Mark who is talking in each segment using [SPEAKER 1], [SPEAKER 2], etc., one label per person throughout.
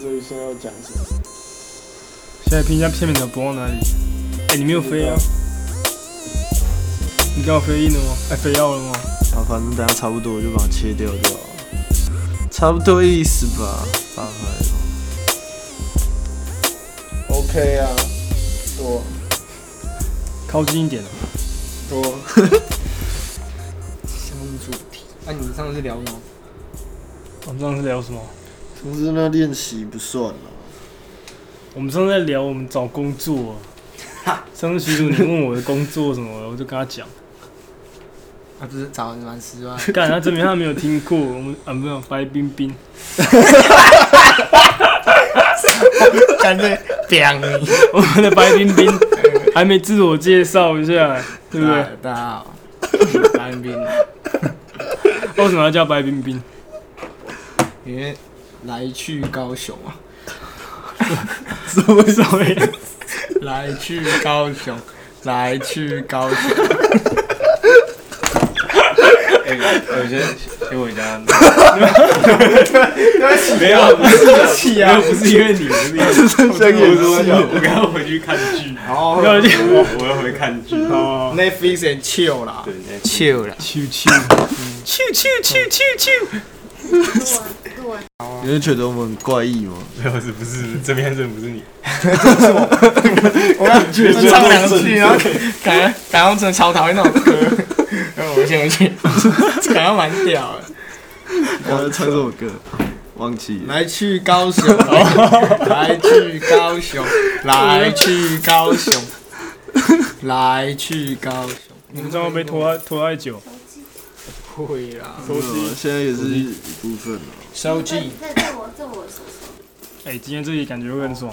[SPEAKER 1] 这一生要讲什么？
[SPEAKER 2] 现在评价片名的播到哪里？哎，你没有飞啊？你刚好飞印了吗？哎，飞要了吗？
[SPEAKER 3] 啊，反正等下差不多我就把它切掉掉，差不多意思吧，大概。
[SPEAKER 1] OK 啊，多
[SPEAKER 2] 靠近一点啊
[SPEAKER 1] 多，
[SPEAKER 4] 项目主题。啊，你们上次聊什么？
[SPEAKER 2] 我们上次聊什么？
[SPEAKER 3] 总之那练习不算啊了。
[SPEAKER 2] 我们上次在聊我们找工作啊。上次徐主你问我的工作什么，我就跟他讲，
[SPEAKER 4] 啊，不是找你蛮失望。
[SPEAKER 2] 干他证明他没有听过。我们啊，没有白冰冰，
[SPEAKER 4] 干脆屌你！
[SPEAKER 2] 我们的白冰冰还没自我介绍一下，对不对？
[SPEAKER 4] 啊大家好，我是白冰冰，
[SPEAKER 2] 为什么要叫白冰冰？
[SPEAKER 4] 因为来去高雄啊，
[SPEAKER 2] 什么什么意思？
[SPEAKER 4] 来去高雄，来去高雄。
[SPEAKER 5] 哎、我
[SPEAKER 4] 哎
[SPEAKER 5] 先先回 家。
[SPEAKER 2] 没有，不是
[SPEAKER 4] 气
[SPEAKER 2] 没有，！不是因为你，不是因为你。
[SPEAKER 3] 像演戏哦，
[SPEAKER 5] 我刚刚回去看剧，
[SPEAKER 4] 哦
[SPEAKER 2] 没有就
[SPEAKER 5] 我我要回去看 剧。
[SPEAKER 2] 哦，
[SPEAKER 4] ，Netflix and chill 啦嗯
[SPEAKER 5] 对，那
[SPEAKER 4] ，chill 啦，
[SPEAKER 2] 啾啾啾啾啾啾啾，
[SPEAKER 3] 你会觉得我们很怪异吗？
[SPEAKER 5] 没有，是不是这边是不是你？
[SPEAKER 4] 唱两句，然后感觉感觉我真的超讨厌那种歌。然后我先回去， 感觉蛮屌的。
[SPEAKER 3] 我在唱这首歌，忘记了。
[SPEAKER 4] 来去高雄，来去高雄，来去高雄，来去高雄。
[SPEAKER 2] 你们这样会被拖太拖太久。
[SPEAKER 4] 会啦，
[SPEAKER 3] 没有啊现在也是一部分啊了。
[SPEAKER 4] 收
[SPEAKER 6] 这这这我这我手手，
[SPEAKER 2] 哎，今天这里感觉会很爽。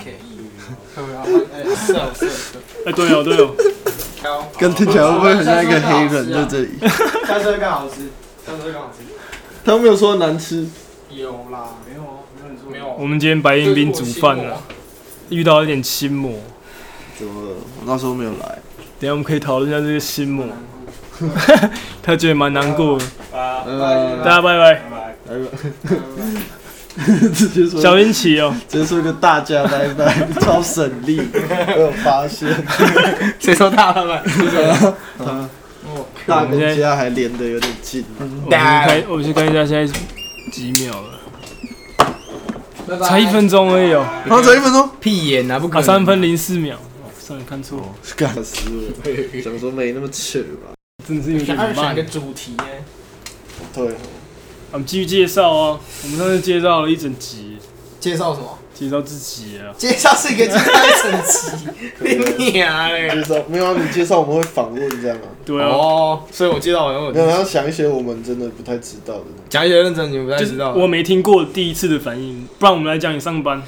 [SPEAKER 4] 色色色，
[SPEAKER 2] 哎，对哦，对哦，
[SPEAKER 4] 挑。
[SPEAKER 3] 跟听起来会不会很像一个黑人在这里？
[SPEAKER 4] 下次会更好吃，下次会更好吃。
[SPEAKER 3] 他没有说难吃，
[SPEAKER 4] 有啦，没有啊，没有人说没有
[SPEAKER 2] 我们今天白冰冰煮饭
[SPEAKER 4] 啊
[SPEAKER 2] 了，遇到一点心魔。
[SPEAKER 3] 怎么了？我那时候没有来。
[SPEAKER 2] 等一下我们可以讨论一下这个心魔， 他觉得蛮难过的。
[SPEAKER 5] 啊，
[SPEAKER 2] 大
[SPEAKER 3] 呃，
[SPEAKER 2] 家拜拜，
[SPEAKER 3] 来吧， 直接说
[SPEAKER 2] 小英起哦，
[SPEAKER 3] 直接说个大家拜 拜，超省力，我有发现。
[SPEAKER 4] 谁说大老板？嗯
[SPEAKER 3] 大跟家还连得有点近。
[SPEAKER 2] 我们先看，我们先看一下现在几秒了，才一分钟而已哦，
[SPEAKER 3] 好，走一分钟，
[SPEAKER 4] 屁眼啊，不可
[SPEAKER 2] 啊，
[SPEAKER 4] 能。
[SPEAKER 2] 三分零四秒，哦算了，看错，了，
[SPEAKER 3] 干死我！想说没那么扯吧？
[SPEAKER 2] 真的是有点
[SPEAKER 4] 二选
[SPEAKER 2] 慢
[SPEAKER 4] 一个。主题呢？
[SPEAKER 3] 对，
[SPEAKER 2] 我们继续介绍啊，我们上次介绍了一整集，
[SPEAKER 4] 介绍什 么？
[SPEAKER 2] 介绍自己啊，
[SPEAKER 4] 介绍是一个介绍整集， 你娘嘞！
[SPEAKER 3] 介绍没有啊？你介绍我们会访问这样啊？
[SPEAKER 2] 对啊，
[SPEAKER 4] 哦，所以我介绍完
[SPEAKER 3] 没有，
[SPEAKER 4] 我
[SPEAKER 3] 然后想一些我们真的不太知道的。
[SPEAKER 4] 讲一些认真，你们不太
[SPEAKER 2] 就
[SPEAKER 4] 知
[SPEAKER 2] 是
[SPEAKER 4] 道。
[SPEAKER 2] 我没听过第一次的反应，不然我们来讲你上班。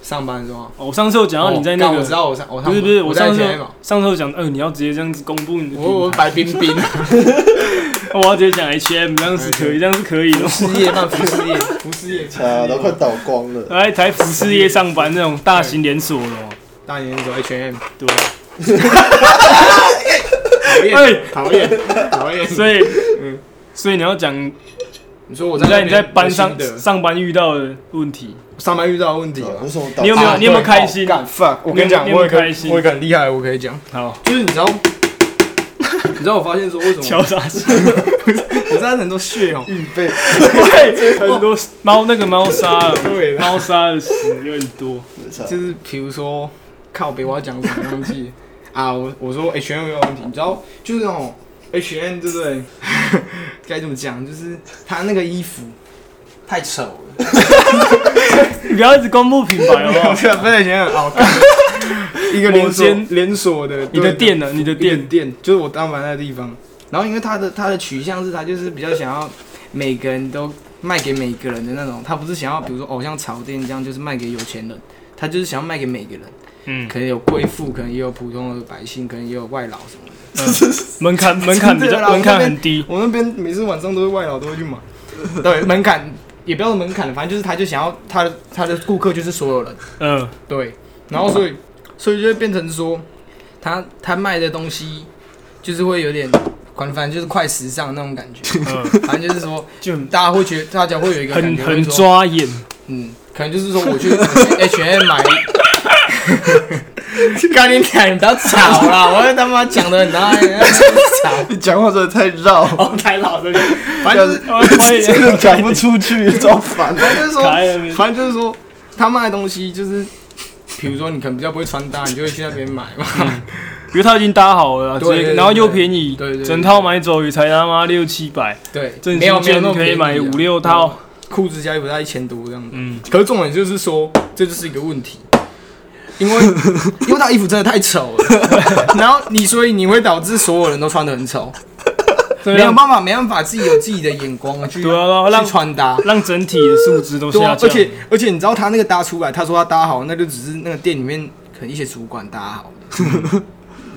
[SPEAKER 4] 上班是吗？
[SPEAKER 2] 哦，我上次有讲到你在那
[SPEAKER 4] 哦干
[SPEAKER 2] 个
[SPEAKER 4] 我知，道我上我上
[SPEAKER 2] 不是不是，我
[SPEAKER 4] 在
[SPEAKER 2] 上次
[SPEAKER 4] 前
[SPEAKER 2] 有上次有讲，呃，你要直接这样子公布你的
[SPEAKER 4] 我我
[SPEAKER 2] 品牌，
[SPEAKER 4] 白冰 冰，
[SPEAKER 2] 我要直接讲哎 H M，这样是可以，这样是可以哦的。
[SPEAKER 4] 事业办服饰业，服饰 业，
[SPEAKER 3] 啊，都快倒光了。
[SPEAKER 2] 来哎台服饰业上班那种大型连锁的哦，
[SPEAKER 4] 大年走 H&M，
[SPEAKER 2] 对，
[SPEAKER 4] 讨
[SPEAKER 2] 哎
[SPEAKER 4] 厌讨厌讨 厌。
[SPEAKER 2] 所以，
[SPEAKER 4] 嗯
[SPEAKER 2] 所以你要讲你
[SPEAKER 4] 你说我
[SPEAKER 2] 在
[SPEAKER 4] 在
[SPEAKER 2] 你在班上
[SPEAKER 4] 的嗯
[SPEAKER 2] 上班遇到的问题，
[SPEAKER 4] 上班遇到的问题啊，
[SPEAKER 3] 为什么倒？
[SPEAKER 2] 你有没有你有没有开心？
[SPEAKER 4] 干 fuck！
[SPEAKER 2] 你
[SPEAKER 4] 我
[SPEAKER 2] 有
[SPEAKER 4] 跟你讲，
[SPEAKER 2] 你有没有
[SPEAKER 4] 我有一个
[SPEAKER 2] 开心
[SPEAKER 4] 我有一个很厉害的，我可以讲，
[SPEAKER 2] 好，
[SPEAKER 4] 就是你知道， 你知道我发现说为什
[SPEAKER 2] 敲
[SPEAKER 4] 么
[SPEAKER 2] 啥声？
[SPEAKER 4] 我在很多血哦，
[SPEAKER 3] 预备？
[SPEAKER 2] 对，很多猫那个猫砂，
[SPEAKER 4] 对啊啦，
[SPEAKER 2] 猫砂的屎有点多。
[SPEAKER 4] 就是比如说靠北，我要讲什么东西 啊？我我说 H N 没有问题，你知道，就是那种 H N 对不对？该怎么讲？就是他那个衣服太丑了，
[SPEAKER 2] 你不要一直公布品 牌好不好？
[SPEAKER 4] 不是 H N 好看。哦一个连锁
[SPEAKER 2] 某间
[SPEAKER 4] 连锁的，
[SPEAKER 2] 你的
[SPEAKER 4] 对
[SPEAKER 2] 店啊呢？你的
[SPEAKER 4] 店
[SPEAKER 2] 店
[SPEAKER 4] 店，就是我当班那个地方。然后因为他的他的取向是他就是比较想要每个人都卖给每个人的那种，他不是想要比如说偶像潮店这样，就是卖给有钱人，他就是想要卖给每个人，
[SPEAKER 2] 嗯，
[SPEAKER 4] 可能有贵妇，可能也有普通的百姓，可能也有外劳什么的。
[SPEAKER 2] 嗯门槛门槛比
[SPEAKER 4] 真的
[SPEAKER 2] 较
[SPEAKER 4] 啦我
[SPEAKER 2] 门槛
[SPEAKER 4] 那边
[SPEAKER 2] 很低，
[SPEAKER 4] 我那边每次晚上都是外劳都会去买， 对，门槛也不要说门槛，反正就是他就想要他的他的顾客就是所有人。
[SPEAKER 2] 嗯，
[SPEAKER 4] 对，然后所以所以就会变成说，他他卖的东西就是会有点，反正就是快时尚那种感觉，
[SPEAKER 2] 嗯
[SPEAKER 4] 反正就是说
[SPEAKER 2] 就很
[SPEAKER 4] 大家会觉得大家会有一个
[SPEAKER 2] 很
[SPEAKER 4] 感觉
[SPEAKER 2] 很
[SPEAKER 4] 重，
[SPEAKER 2] 抓眼。
[SPEAKER 4] 嗯，可能就是说我去 H M 买。 干你娘！你不要吵啦！我他妈讲的很大，你要吵，
[SPEAKER 3] 你讲话真的太绕，
[SPEAKER 4] 哦，太老了。反正就是
[SPEAKER 2] 我怀疑
[SPEAKER 3] 真的讲不出去，超烦的。
[SPEAKER 4] 反正就是说，
[SPEAKER 2] 卡在那边
[SPEAKER 4] 反正就是说，他卖的东西就是，比如说你可能比较不会穿搭，你就会去那边买嘛。
[SPEAKER 2] 嗯因为它已经搭好了啊，直
[SPEAKER 4] 对
[SPEAKER 2] 接
[SPEAKER 4] 对
[SPEAKER 2] 然后又
[SPEAKER 4] 对
[SPEAKER 2] 便宜
[SPEAKER 4] 对对，对
[SPEAKER 2] 整套买走也才他妈六七百，
[SPEAKER 4] 对，
[SPEAKER 2] 正
[SPEAKER 4] 没有
[SPEAKER 2] 新
[SPEAKER 4] 没有
[SPEAKER 2] 件
[SPEAKER 4] 那么
[SPEAKER 2] 可以
[SPEAKER 4] 便宜啊
[SPEAKER 2] 买五六套，
[SPEAKER 4] 裤子加衣服大概一千多这样子。
[SPEAKER 2] 嗯，
[SPEAKER 4] 可是重点就是说，这就是一个问题，因为 因为他衣服真的太丑了， 然后你所以你会导致所有人都穿的很丑，
[SPEAKER 2] 对
[SPEAKER 4] 没有
[SPEAKER 2] 让
[SPEAKER 4] 办法，没办法自己有自己的眼光去
[SPEAKER 2] 对啊让
[SPEAKER 4] 去穿搭。
[SPEAKER 2] 让整体的素质都
[SPEAKER 4] 对
[SPEAKER 2] 下
[SPEAKER 4] 啊，
[SPEAKER 2] 降，
[SPEAKER 4] 而且而且你知道他那个搭出来，他说他搭好，那就只是那个店里面可能一些主管搭好的。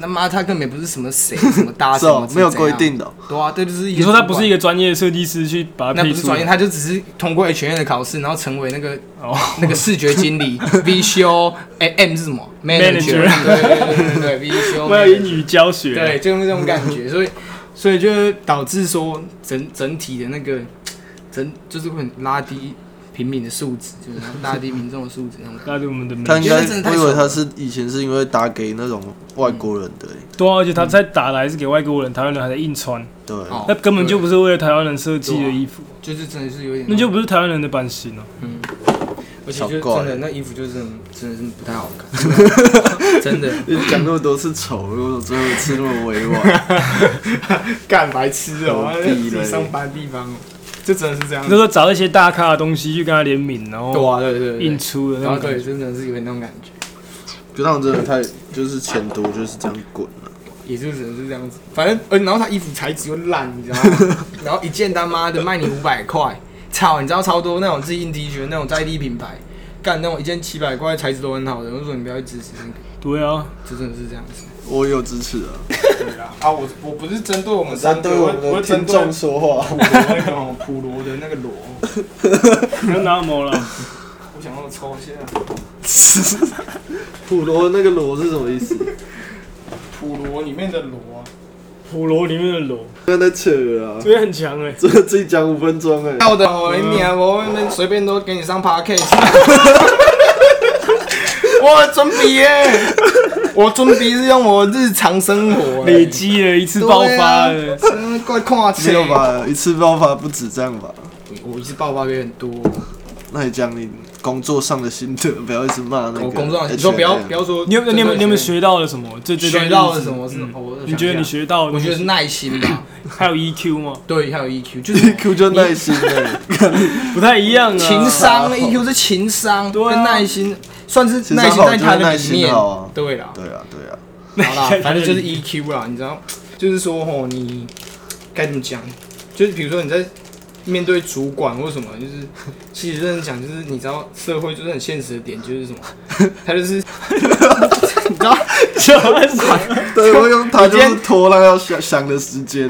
[SPEAKER 4] 那妈他根本也不是什么谁什么搭
[SPEAKER 3] 是
[SPEAKER 4] 什
[SPEAKER 3] 哦
[SPEAKER 4] 么，
[SPEAKER 3] 没有
[SPEAKER 4] 怎样
[SPEAKER 3] 规。定的哦。
[SPEAKER 4] 对啊，这就是一个
[SPEAKER 2] 你说他
[SPEAKER 4] 主
[SPEAKER 2] 不
[SPEAKER 4] 管
[SPEAKER 2] 是一个专业设计师去把它
[SPEAKER 4] 那
[SPEAKER 2] 配
[SPEAKER 4] 不是
[SPEAKER 2] 出来，
[SPEAKER 4] 专业，他就只是通过 H N 的考试，然后成为那个
[SPEAKER 2] 哦，
[SPEAKER 4] 那个视觉 经理 visual 哎 M 是什么
[SPEAKER 2] Manager
[SPEAKER 4] 对对对对对 visual，
[SPEAKER 2] 我要英语教学，
[SPEAKER 4] 对，就是这种感觉，所以所以就会导致说整整体的那个整就是会很拉低平民的素质，就是拉低民众的素质那种感觉。
[SPEAKER 2] 那对我们的美
[SPEAKER 3] 他应该
[SPEAKER 4] 觉得真的，太
[SPEAKER 3] 我以
[SPEAKER 4] 丑
[SPEAKER 3] 为
[SPEAKER 4] 了
[SPEAKER 3] 他是以前是因为打给那种外国人的欸，
[SPEAKER 2] 对啊，而且他在打来是给外国人，台湾人还在硬穿，
[SPEAKER 3] 对，
[SPEAKER 4] 哦
[SPEAKER 2] 那根本就不是为了台湾人设计的衣服，
[SPEAKER 4] 对就是真的是有点
[SPEAKER 2] 那就不是台湾人的版型了。
[SPEAKER 4] 嗯，而且
[SPEAKER 3] 小
[SPEAKER 4] 就
[SPEAKER 3] 怪
[SPEAKER 4] 真的那衣服就是真的真的是不太好看，真的
[SPEAKER 3] 你讲那么多次丑，为什么最后一次那么委婉？
[SPEAKER 4] 干白痴哦，
[SPEAKER 3] 何
[SPEAKER 4] 自
[SPEAKER 3] 必嘞
[SPEAKER 4] 己上班地方哦，就真的是这样
[SPEAKER 2] 就。说找一些大咖的东西去跟他联名，然
[SPEAKER 4] 对
[SPEAKER 2] 后
[SPEAKER 4] 啊，对对对
[SPEAKER 2] 印
[SPEAKER 4] 对，
[SPEAKER 2] 出的那
[SPEAKER 4] 然后
[SPEAKER 2] 种感
[SPEAKER 4] 对，
[SPEAKER 2] 觉。
[SPEAKER 4] 真的是有点那种感觉。
[SPEAKER 3] 就他们真的太就是钱多就是这样滚了，
[SPEAKER 4] 也就只能是这样子。反正，呃，然后他衣服材质又烂，你知道 吗？然后一件他妈的卖你五百块，操！你知道超多那种自印 T 恤那种在地品牌，干那种一件七百块材质都很好的，我就说你不要去支持那个，
[SPEAKER 2] 对啊，
[SPEAKER 4] 就真的是这样子。
[SPEAKER 3] 我有支持啊，
[SPEAKER 4] 对啦，啊，我我不是针对我们
[SPEAKER 1] 在对我们的听众说话。
[SPEAKER 4] 那个普罗的那个罗，
[SPEAKER 2] 不要拿毛了，
[SPEAKER 4] 我想要抽一下
[SPEAKER 3] 普罗那个罗是什么意思？
[SPEAKER 4] 普罗里面的罗。
[SPEAKER 2] 普罗里面的罗，
[SPEAKER 3] 不要再扯了啊
[SPEAKER 2] 这！边很强哎。
[SPEAKER 3] 这自己讲五分钟 哎，
[SPEAKER 4] 要的，我你啊，我外面随便都给你上 podcast，我准备耶，我准备是用我日常生活啊
[SPEAKER 2] 累积了一次爆发了，
[SPEAKER 4] 真快看起
[SPEAKER 3] 没有？吧？一次爆发不止这样吧？
[SPEAKER 4] 我一次爆发有点多，
[SPEAKER 3] 那你讲你工作上的心得， 不要一直骂那个 H&M。
[SPEAKER 4] 我哦工作上你说不要 不要说，H&M
[SPEAKER 2] 你有你有没有你有没有学到了什么？这这段
[SPEAKER 4] 学到
[SPEAKER 2] 日
[SPEAKER 4] 了
[SPEAKER 2] 子
[SPEAKER 4] 什么？是
[SPEAKER 2] 嗯
[SPEAKER 4] 我
[SPEAKER 2] 你觉得你学到的
[SPEAKER 4] 我
[SPEAKER 2] 东西？
[SPEAKER 4] 觉得是耐心吧，
[SPEAKER 2] 还有 EQ 吗？
[SPEAKER 4] 对，还有 EQ，就是
[SPEAKER 2] E 啊
[SPEAKER 3] EQ 就耐心哎，
[SPEAKER 2] 不太一样啊。
[SPEAKER 4] 情商，EQ 是情商
[SPEAKER 2] 对啊
[SPEAKER 4] 跟耐心，算是
[SPEAKER 3] 情
[SPEAKER 4] 耐
[SPEAKER 3] 商
[SPEAKER 4] 心
[SPEAKER 3] 好
[SPEAKER 4] 在
[SPEAKER 3] 就是
[SPEAKER 4] 他的
[SPEAKER 3] 耐
[SPEAKER 4] 里面
[SPEAKER 3] 心好啊。。
[SPEAKER 4] 对 啦，
[SPEAKER 3] 对啊对啊，
[SPEAKER 4] 好啦，反正就是 EQ 啦，你知道，就是说吼，你该怎么讲？就是比如说你在面对主管或什么，就是其实认真讲，就是你知道社会就是很现实的点，就 是什么，他就是你知道，
[SPEAKER 3] 对啊我用他就是拖拉要想想的时间，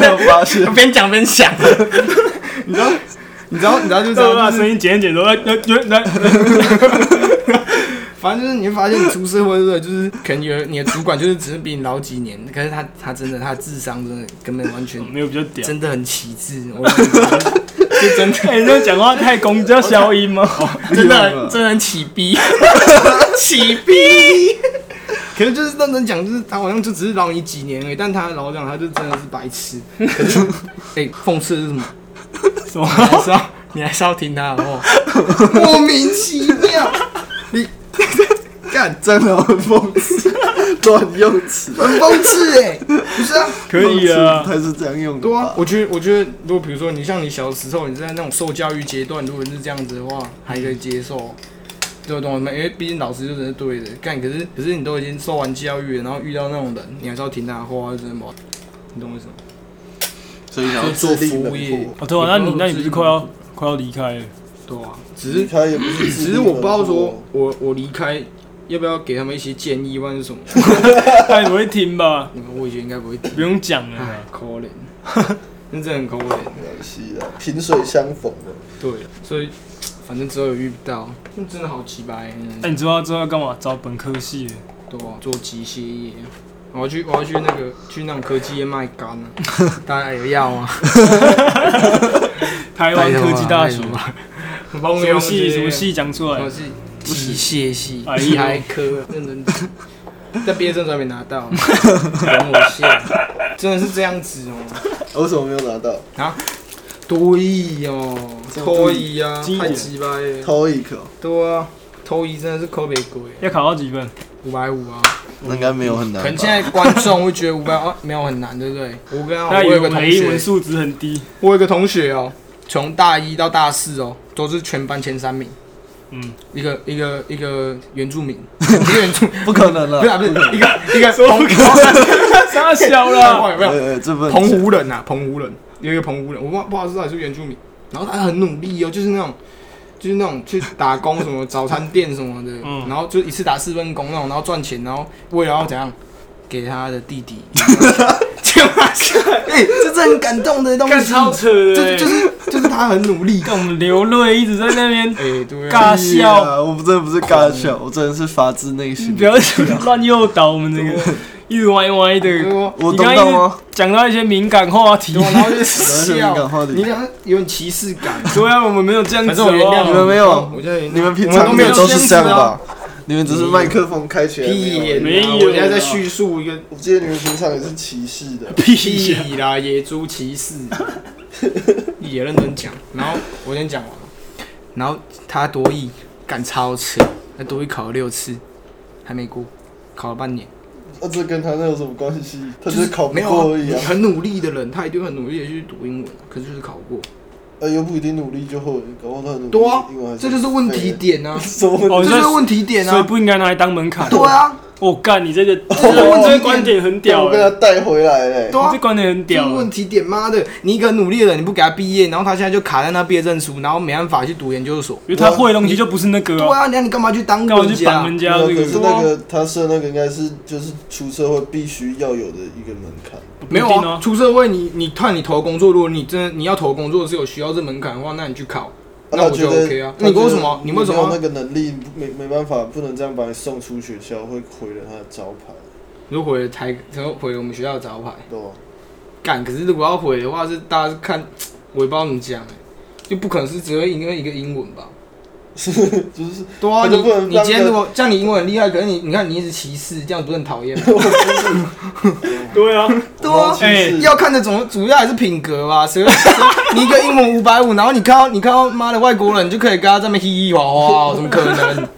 [SPEAKER 3] 没有发现
[SPEAKER 4] 边讲边想， 你知道，你知道，你知道，就是这
[SPEAKER 2] 对啊
[SPEAKER 4] 样
[SPEAKER 2] 吧？
[SPEAKER 4] 就是
[SPEAKER 2] 声音剪一剪哎都来来来 来，
[SPEAKER 4] 反正就是你会发现，你出社会对不对？就是可能有你的主管就是只是比你老几年，可是他他真的他智商真的根本完全
[SPEAKER 2] 没有比较屌。
[SPEAKER 4] 真的很旗帜，我就真的。
[SPEAKER 2] 哎，你这讲话太公叫消音 吗？
[SPEAKER 4] 真
[SPEAKER 3] 不用
[SPEAKER 2] 啊
[SPEAKER 4] 的
[SPEAKER 3] 了
[SPEAKER 4] 真的很起 逼，起逼。可是就是认真讲，就是他好像就只是饶你几年而已，但他老讲他就真的是 白痴。可是，哎、讽刺的是什么？
[SPEAKER 2] 什么？
[SPEAKER 4] 你还是要你还是要听他 的话，莫名其妙。你干
[SPEAKER 3] 这样很讽刺， 乱用词。
[SPEAKER 4] 很讽刺哎、不是啊？
[SPEAKER 2] 可以啊。
[SPEAKER 3] 他是这样用的
[SPEAKER 4] 对啊
[SPEAKER 1] 呃
[SPEAKER 3] 吧，？
[SPEAKER 4] 我觉得我觉得，如果比如说你像你小时候你在那种受教育阶段，如果你是这样子的话，还可以接受，对不懂吗？因为毕竟老师就真的是对的，干可是可是你都已经受完教育了，然后遇到那种人，你还是要听他的话，真的吗？你懂我意思吗？
[SPEAKER 3] 所以想要
[SPEAKER 4] 就做
[SPEAKER 3] 自立
[SPEAKER 4] 服务
[SPEAKER 3] 门
[SPEAKER 4] 业
[SPEAKER 3] 户，
[SPEAKER 2] 哦，对啊，那你那你不是快要快要离开了？
[SPEAKER 4] 对啊，只
[SPEAKER 1] 离
[SPEAKER 4] 是
[SPEAKER 1] 开也不是自
[SPEAKER 4] 只
[SPEAKER 1] 立门户，
[SPEAKER 4] 是我不知道说我我离开要不要给他们一些建议，或者是什么？
[SPEAKER 2] 他也哎不会听吧？
[SPEAKER 4] 你们我也觉得应该不会听，
[SPEAKER 2] 不用讲了
[SPEAKER 4] 哎
[SPEAKER 2] 啦，，
[SPEAKER 4] 可怜， 那真的很可怜。
[SPEAKER 1] 没关系啦，萍啊水相逢的。
[SPEAKER 4] 对，所以反正之后有遇不到，那真的好奇白。嗯
[SPEAKER 2] 哎那你知道之后要干嘛？找本科系的，
[SPEAKER 4] 对啊，做机械业。我要去，我要去那个去那种科技业卖干 啊，大家有要啊？
[SPEAKER 2] 台湾科技大学。
[SPEAKER 4] 嘛，蒙
[SPEAKER 2] 什
[SPEAKER 4] 牛
[SPEAKER 2] 么系
[SPEAKER 4] 之
[SPEAKER 2] 什么
[SPEAKER 4] 类的
[SPEAKER 2] 系讲出来
[SPEAKER 4] 我，是机械系
[SPEAKER 2] 哎，呦
[SPEAKER 4] 机械科，认真讲。 但毕业证书还没拿到，等我下，真的是这样子哦，
[SPEAKER 1] 我为什么没有拿到？
[SPEAKER 4] 对哦，偷一啊，
[SPEAKER 2] 经典
[SPEAKER 4] 太鸡巴了，
[SPEAKER 1] 偷一口，
[SPEAKER 4] 对啊，偷一真的是抠北鬼，
[SPEAKER 2] 要考到几分？
[SPEAKER 4] 五百五啊，
[SPEAKER 3] 那应该没有很
[SPEAKER 4] 可
[SPEAKER 3] 难
[SPEAKER 4] 能
[SPEAKER 3] 吧
[SPEAKER 4] 现？在观众会觉得五百二没有很难，对不对？我跟
[SPEAKER 2] 那
[SPEAKER 4] 啊
[SPEAKER 2] 以
[SPEAKER 4] 我有
[SPEAKER 2] 为
[SPEAKER 4] 一个
[SPEAKER 2] 我
[SPEAKER 4] 同
[SPEAKER 2] 的英文
[SPEAKER 4] 学，
[SPEAKER 2] 素质很低，
[SPEAKER 4] 我有一个同学哦，从大一到大四哦，都是全班前三名，
[SPEAKER 2] 嗯，
[SPEAKER 4] 一个一个一个原 住民，一个原住，
[SPEAKER 3] 不可能
[SPEAKER 4] 不是
[SPEAKER 3] 了，
[SPEAKER 4] 啊不是一个一个同
[SPEAKER 2] 傻小啦，
[SPEAKER 4] 有没
[SPEAKER 1] 哎
[SPEAKER 4] 有？
[SPEAKER 3] 呃，这不能
[SPEAKER 4] 澎湖人啊，澎湖人有一个澎湖人，我不不好意思，到底是不是原住民。然后他很努力哦，就是那种，就是那种去打工什么早餐店什么的，
[SPEAKER 2] 嗯
[SPEAKER 4] 然后就一次打四份工那种，然后赚钱，然后为了要怎样给他的弟 弟，这样哎，这是很感动的东
[SPEAKER 2] 干
[SPEAKER 4] 西，
[SPEAKER 2] 超扯的
[SPEAKER 4] 这
[SPEAKER 2] 欸，
[SPEAKER 4] 就是就是他很努力，
[SPEAKER 2] 干我们流泪一直在那 边
[SPEAKER 4] 哎、对啊，
[SPEAKER 2] 尬
[SPEAKER 3] 屁
[SPEAKER 2] 笑，
[SPEAKER 3] 啊！我真的不是尬笑，
[SPEAKER 1] 嗯
[SPEAKER 3] 我真的是发自内心
[SPEAKER 2] 不。要乱诱导我们这个一直歪歪
[SPEAKER 4] 对
[SPEAKER 2] 的，
[SPEAKER 4] 啊
[SPEAKER 3] 我
[SPEAKER 2] 你
[SPEAKER 3] 懂
[SPEAKER 2] 刚刚
[SPEAKER 3] 到吗？
[SPEAKER 2] 讲到一些敏感话题
[SPEAKER 4] 对。啊然 后就
[SPEAKER 3] 完全敏感
[SPEAKER 4] 笑，
[SPEAKER 3] 话题
[SPEAKER 4] 你好像有点歧视感，
[SPEAKER 2] 对啊，我们没有这样
[SPEAKER 4] 反
[SPEAKER 2] 子
[SPEAKER 4] 正我原谅
[SPEAKER 3] 你
[SPEAKER 2] 哦，
[SPEAKER 3] 们没有
[SPEAKER 4] 我就原谅
[SPEAKER 3] 你们平
[SPEAKER 4] 我
[SPEAKER 3] 常
[SPEAKER 4] 都没有
[SPEAKER 3] 都是这样
[SPEAKER 4] 子啊
[SPEAKER 3] 吧？你们只是麦
[SPEAKER 1] 麦
[SPEAKER 3] 克，
[SPEAKER 1] 克风开起来
[SPEAKER 4] 屁
[SPEAKER 1] 没有
[SPEAKER 4] 眼、
[SPEAKER 1] 啊。
[SPEAKER 2] 没有
[SPEAKER 4] 我现在在叙述一个
[SPEAKER 1] 我记得你们平常也是歧视的，
[SPEAKER 4] 屁啦，野猪骑 士，也认真讲。啊然后我先讲完了，然后他多艺干超扯，他多艺考了六次，还没过，考了半年。
[SPEAKER 1] 那这跟他那有什么关系？他只是考不
[SPEAKER 4] 没有
[SPEAKER 1] 过而已
[SPEAKER 4] 啊
[SPEAKER 1] 啊，
[SPEAKER 4] 很努力的人，他一定很努力的去读英文，可是就是考不过。
[SPEAKER 1] 呃，又不一定努力就会，搞不好他很努力。
[SPEAKER 4] 对啊
[SPEAKER 1] 英文还，
[SPEAKER 4] 这就是问题点 啊，
[SPEAKER 1] 什么问
[SPEAKER 2] 哦
[SPEAKER 1] 题？
[SPEAKER 4] 这
[SPEAKER 2] 你说
[SPEAKER 4] 就是问题点
[SPEAKER 2] 所以
[SPEAKER 4] 啊。
[SPEAKER 2] 不应该拿来当门槛。
[SPEAKER 4] 对，啊，哦
[SPEAKER 2] 我干你这个，
[SPEAKER 4] 这个问题
[SPEAKER 2] 这个观点很屌
[SPEAKER 1] 我被
[SPEAKER 2] 欸，
[SPEAKER 1] 他带回来嘞。
[SPEAKER 4] 对啊
[SPEAKER 2] 这，观点很
[SPEAKER 4] 啊这
[SPEAKER 2] 屌
[SPEAKER 4] 是
[SPEAKER 2] 欸
[SPEAKER 4] 问。题点。妈的，你一个很努力的人，你不给他毕业，然后他现在就卡在那毕业证书，然后没办法去读研究所。
[SPEAKER 2] 因为他会的东西就不是那个
[SPEAKER 4] 对
[SPEAKER 2] 啊，
[SPEAKER 4] 啊，那你干嘛去当
[SPEAKER 2] 干嘛
[SPEAKER 4] 人
[SPEAKER 2] 去
[SPEAKER 4] 家
[SPEAKER 2] 绑？人
[SPEAKER 1] 没
[SPEAKER 2] 家
[SPEAKER 1] 有
[SPEAKER 2] 啊这
[SPEAKER 1] 啊可是
[SPEAKER 2] 个？
[SPEAKER 4] 啊
[SPEAKER 1] 那个他设那个应该是就是出社会必须要有的一个门槛。
[SPEAKER 4] 没有
[SPEAKER 2] 不一定
[SPEAKER 4] 啊，
[SPEAKER 2] 哦，
[SPEAKER 4] 出社会你你看你投工作，如果你真的你要投工作是有需要这门槛的话，那你去考，那
[SPEAKER 1] 啊
[SPEAKER 4] 我
[SPEAKER 1] 他
[SPEAKER 4] 就
[SPEAKER 1] 觉得
[SPEAKER 4] OK 啊。
[SPEAKER 1] 他
[SPEAKER 4] 你
[SPEAKER 1] 觉
[SPEAKER 4] 为
[SPEAKER 1] 得
[SPEAKER 4] 什么？你为什
[SPEAKER 1] 没有那
[SPEAKER 4] 么？
[SPEAKER 1] 个能力没没办法，不能这样把你送出学校，会毁了他的招牌，
[SPEAKER 4] 如果毁了台，然后毁了我们学校的招牌，
[SPEAKER 1] 对吧？
[SPEAKER 4] 干。可是如果要毁的话，是大家是看，我也不知道怎么讲哎、就不可能是只会因为一个英文吧？
[SPEAKER 1] 就是
[SPEAKER 4] 对啊，
[SPEAKER 1] 他
[SPEAKER 4] 你
[SPEAKER 1] 就不能
[SPEAKER 4] 你
[SPEAKER 1] 当
[SPEAKER 4] 今天
[SPEAKER 1] 个
[SPEAKER 4] 如果像你英文很厉害，可是你你看你一直歧视，这样不是很讨厌吗？
[SPEAKER 2] 对啊，
[SPEAKER 4] 对啊
[SPEAKER 1] 我其实
[SPEAKER 4] 要看的总主要还是品格吧，谁会谁你一个英文五百五，然后你看到你看到妈的外国人，你就可以跟他这么嘻嘻哈哈，怎么可能？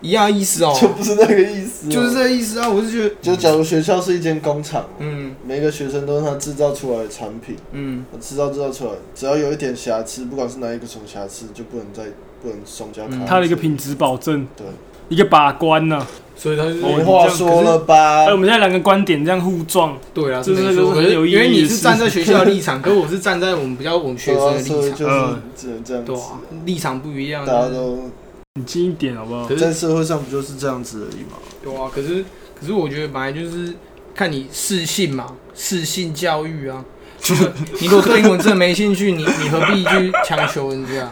[SPEAKER 4] 一样意 思哦，
[SPEAKER 1] 就不是那个意思啊，
[SPEAKER 4] 就是这个意思啊！我是觉得，
[SPEAKER 1] 就假如学校是一间工厂，
[SPEAKER 4] 嗯
[SPEAKER 1] 每个学生都是他制造出来的产品，
[SPEAKER 4] 嗯，
[SPEAKER 1] 制造制造出来，只要有一点瑕疵，不管是哪一个什么瑕疵，就不能再不能送交
[SPEAKER 4] 嗯
[SPEAKER 1] 卡。
[SPEAKER 2] 他的一个品质保证，
[SPEAKER 1] 对，
[SPEAKER 2] 一个把关呐。
[SPEAKER 4] 所以他
[SPEAKER 2] 哦
[SPEAKER 1] 没话说了吧
[SPEAKER 4] 啊
[SPEAKER 2] 哎，？
[SPEAKER 4] 嗯
[SPEAKER 2] 我们现在两个观点这样互撞，
[SPEAKER 4] 对啊，
[SPEAKER 2] 这是
[SPEAKER 4] 没
[SPEAKER 2] 这是
[SPEAKER 4] 错可是
[SPEAKER 2] 有意义
[SPEAKER 4] 因为你
[SPEAKER 2] 的
[SPEAKER 4] 是
[SPEAKER 2] 事
[SPEAKER 4] 站在学校的立场，可我是站在我们比较我们学生的
[SPEAKER 1] 对啊所
[SPEAKER 4] 立
[SPEAKER 1] 以
[SPEAKER 4] 场，
[SPEAKER 1] 就是
[SPEAKER 2] 嗯
[SPEAKER 1] 只能这样子
[SPEAKER 4] 对啊，立场不一样
[SPEAKER 1] 啊，，大家都
[SPEAKER 2] 你近一点好不好？
[SPEAKER 4] 可
[SPEAKER 1] 在
[SPEAKER 4] 是
[SPEAKER 1] 社会上不就是这样子而已吗？
[SPEAKER 4] 对啊，可是可是我觉得本来就是看你适性嘛，适性教育啊。你如果对英文真的没兴趣，你你何必去强求人家？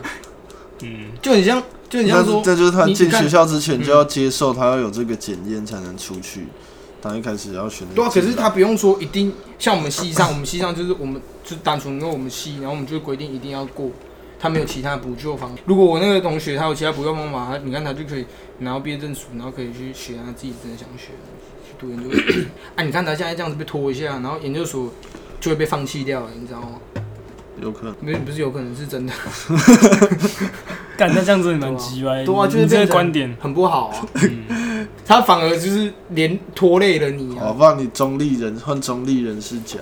[SPEAKER 2] 嗯，
[SPEAKER 4] 就很像，就很像
[SPEAKER 3] 但是，
[SPEAKER 4] 说
[SPEAKER 3] 这就是他
[SPEAKER 4] 你
[SPEAKER 3] 进
[SPEAKER 4] 你看
[SPEAKER 3] 学校之前就要接受，他要有这个检验才能出去。他一开始要选那个
[SPEAKER 4] 对啊，可
[SPEAKER 3] 进来
[SPEAKER 4] 是他不用说一定像我们系上，我们系上就是我们就单纯因为我们系，然后我们就规定一定要过，他没有其他补救方法。如果我那个同学他有其他补救方法，他你看他就可以拿到毕业证书，然后可以去学他自己真的想学的，去读 研究所。啊，你看他现在这样子被拖一下，然后研究所就会被放弃掉了，你知道吗？
[SPEAKER 3] 有可能。
[SPEAKER 4] 没不是有可能是真的，
[SPEAKER 2] 干那这样子很蛮鸡歪，
[SPEAKER 4] 啊对啊，就是
[SPEAKER 2] 你这
[SPEAKER 4] 变
[SPEAKER 2] 个
[SPEAKER 4] 成
[SPEAKER 2] 观点，
[SPEAKER 4] 很不好啊，
[SPEAKER 2] 嗯，哦
[SPEAKER 4] 他反而就是连拖累了你啊
[SPEAKER 3] 好，。不然你中立人换中立人士讲，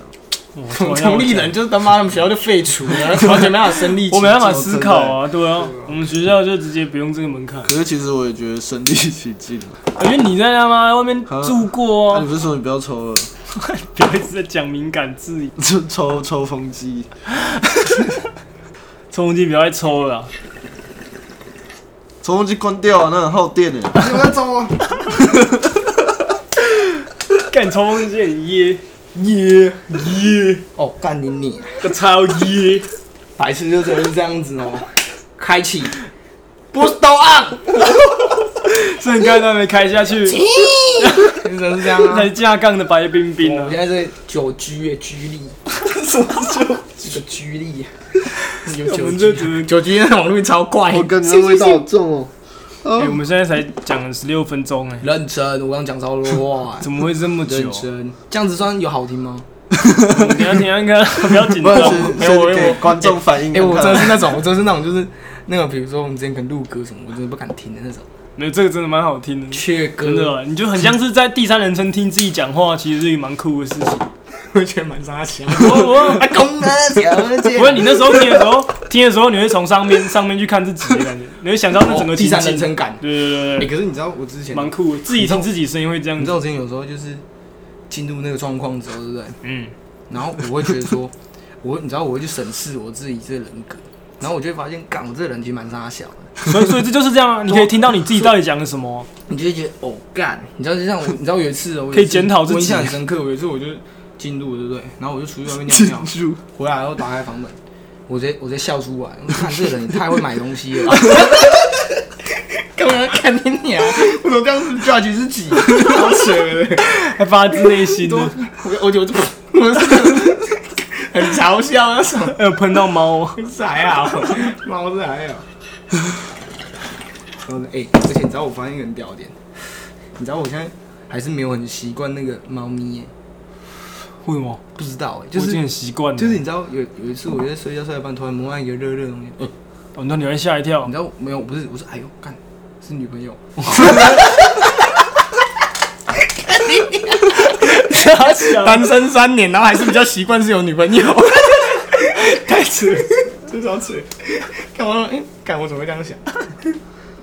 [SPEAKER 2] 我突然
[SPEAKER 4] 哦从
[SPEAKER 2] 要
[SPEAKER 4] 从立人就是他妈的我们学校就废除了， 完全没法生力。
[SPEAKER 2] 我没办法思考啊，对
[SPEAKER 4] 对
[SPEAKER 2] 啊
[SPEAKER 4] 啊，
[SPEAKER 2] 我们学校就直接不用这个门槛，
[SPEAKER 3] 可是其实我也觉得身临其境啊。
[SPEAKER 2] 因为你在他 妈外面住过
[SPEAKER 3] 那你
[SPEAKER 2] 啊，
[SPEAKER 3] 不是说你不要抽了，
[SPEAKER 2] 不要一直在讲敏感字眼，
[SPEAKER 3] 就 抽抽风机？
[SPEAKER 2] 抽风机不要再抽了啊，
[SPEAKER 3] 抽风机关掉啊，那很耗电诶。
[SPEAKER 4] 你们走啊！
[SPEAKER 2] 干抽风机很噎，
[SPEAKER 4] 耶耶！哦，干你你，
[SPEAKER 2] 个超 噎，
[SPEAKER 4] 白痴就只能是这样子哦。开启，Boost on，
[SPEAKER 2] 剩盖都还没开下去，
[SPEAKER 4] 就只能是这样啊
[SPEAKER 2] 才。架杠的白冰冰
[SPEAKER 4] 我
[SPEAKER 2] 啊
[SPEAKER 4] 现，在是九 G 啊耶，G 力，什么是九 G 力？有
[SPEAKER 2] 我
[SPEAKER 4] 酒
[SPEAKER 2] 们这
[SPEAKER 4] 局，
[SPEAKER 2] 只
[SPEAKER 4] 酒局那网络超怪
[SPEAKER 1] 我。感觉那味道好重哦。
[SPEAKER 2] 哎、我们现在才讲了十六分钟哎、
[SPEAKER 4] 认真，我刚讲超多话，
[SPEAKER 2] 怎么会这么久
[SPEAKER 4] 认？真，这样子算有好听吗？
[SPEAKER 2] 我们等一下听看看，不要紧
[SPEAKER 1] 不
[SPEAKER 2] 张
[SPEAKER 1] 然。
[SPEAKER 4] 没
[SPEAKER 1] 谁
[SPEAKER 4] 有我
[SPEAKER 1] 谁给观众反应
[SPEAKER 4] 哎、
[SPEAKER 1] 看
[SPEAKER 4] 我
[SPEAKER 1] 看？
[SPEAKER 4] 真的是那种，我真的是那种，就是那个，比如说我们之前可能录歌什么，我真的不敢听的那种，
[SPEAKER 2] 没有这个真的蛮好听的，
[SPEAKER 4] 缺
[SPEAKER 2] 真
[SPEAKER 4] 歌，
[SPEAKER 2] 的，你哦就很像是在第三人称听自己讲话，其实是一个蛮酷的事情。
[SPEAKER 4] 我觉得蛮沙强。
[SPEAKER 2] 我我
[SPEAKER 4] 啊， 公啊，小姐
[SPEAKER 2] 不过你那时候听的时候，听的时候你会从上面上面去看自己的感觉，你会想象那整个
[SPEAKER 4] 哦第三
[SPEAKER 2] 情
[SPEAKER 4] 人
[SPEAKER 2] 景。
[SPEAKER 4] 称感。
[SPEAKER 2] 对对
[SPEAKER 4] 哎、
[SPEAKER 2] 对对
[SPEAKER 4] 可是你知道我之
[SPEAKER 2] 对，，
[SPEAKER 4] 前
[SPEAKER 2] 蛮酷的，自己听自己声音会这样
[SPEAKER 4] 你知
[SPEAKER 2] 子。
[SPEAKER 4] 道我之前有时候就是进入那个状况之后，对不对？
[SPEAKER 2] 嗯，
[SPEAKER 4] 然后我会觉得说，我会你知道我会去审视我自己这人格，然后我就会发现，干我这个人其实蛮沙小的。
[SPEAKER 2] 所以所以这就是这样啊，你可以听到你自己到底讲了什么。
[SPEAKER 4] 你就会觉得哦干，你知道就像我，你知道有一次哦，我有一次
[SPEAKER 2] 可以检讨自己
[SPEAKER 4] 我印象很深刻。我有一次我就进入对不对？然后我就出去外面 尿尿，回来然后打开房门，我直接我直接笑出来，我看这个人也太会买东西 了吧。干嘛看你娘？我怎么这样子 judge 自己？好扯的，
[SPEAKER 2] 还发自内心的，
[SPEAKER 4] 我我就我就我是很嘲笑那种，
[SPEAKER 2] 还有喷到猫哦，
[SPEAKER 4] 是还好，猫是还好。然后呢，哎、而且你知道我发现一个很屌的点，你知道我现在还是没有很习惯那个猫咪耶、
[SPEAKER 2] 为什么？
[SPEAKER 4] 不知道哎、
[SPEAKER 2] 我
[SPEAKER 4] 就
[SPEAKER 2] 已经
[SPEAKER 4] 是
[SPEAKER 2] 很习惯了。
[SPEAKER 4] 就是你知道有有一次我在睡觉睡到一半，突然摸到一个热热的东西，呃
[SPEAKER 2] 哦，那你会吓一跳
[SPEAKER 4] 你。知道没有？我不是，我说哎呦，干，是女朋友。单身三年，然后还是比较习惯是有女朋友， 太扯，这超扯。干我，哎、干我怎么会这样想？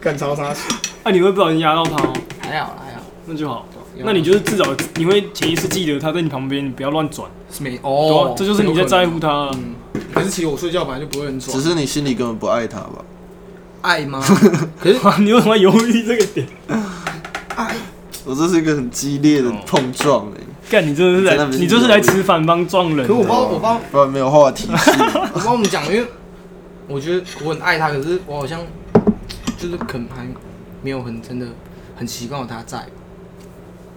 [SPEAKER 4] 干超差扯，
[SPEAKER 2] 那啊你会不小心压到它哦，
[SPEAKER 4] 还好啦，还好。
[SPEAKER 2] 那就好。那你就是至少你会潜意识记得它在你旁边，你不要乱转。
[SPEAKER 4] 是没
[SPEAKER 2] 对
[SPEAKER 4] 哦
[SPEAKER 2] 啊，这就是你在在乎它啊。
[SPEAKER 4] 嗯，可是其实我睡觉本来就不会很 爽
[SPEAKER 3] 只，是你心里根本不爱他吧？
[SPEAKER 4] 爱 吗？可 是
[SPEAKER 2] 哇，你为什么要犹豫这个点？
[SPEAKER 3] 我这是一个很激烈的碰撞哎、
[SPEAKER 2] 干，你真的是
[SPEAKER 3] 在
[SPEAKER 2] 来
[SPEAKER 3] 那，边
[SPEAKER 2] 你就是来吃反帮撞人啊
[SPEAKER 4] 可我不知
[SPEAKER 2] 的。
[SPEAKER 4] 道，我不知道，
[SPEAKER 3] 不然没有话题性。
[SPEAKER 4] 我不知道我们讲，因为我觉得我很爱他，可是我好像就是可能还没有很真的很习惯有他在。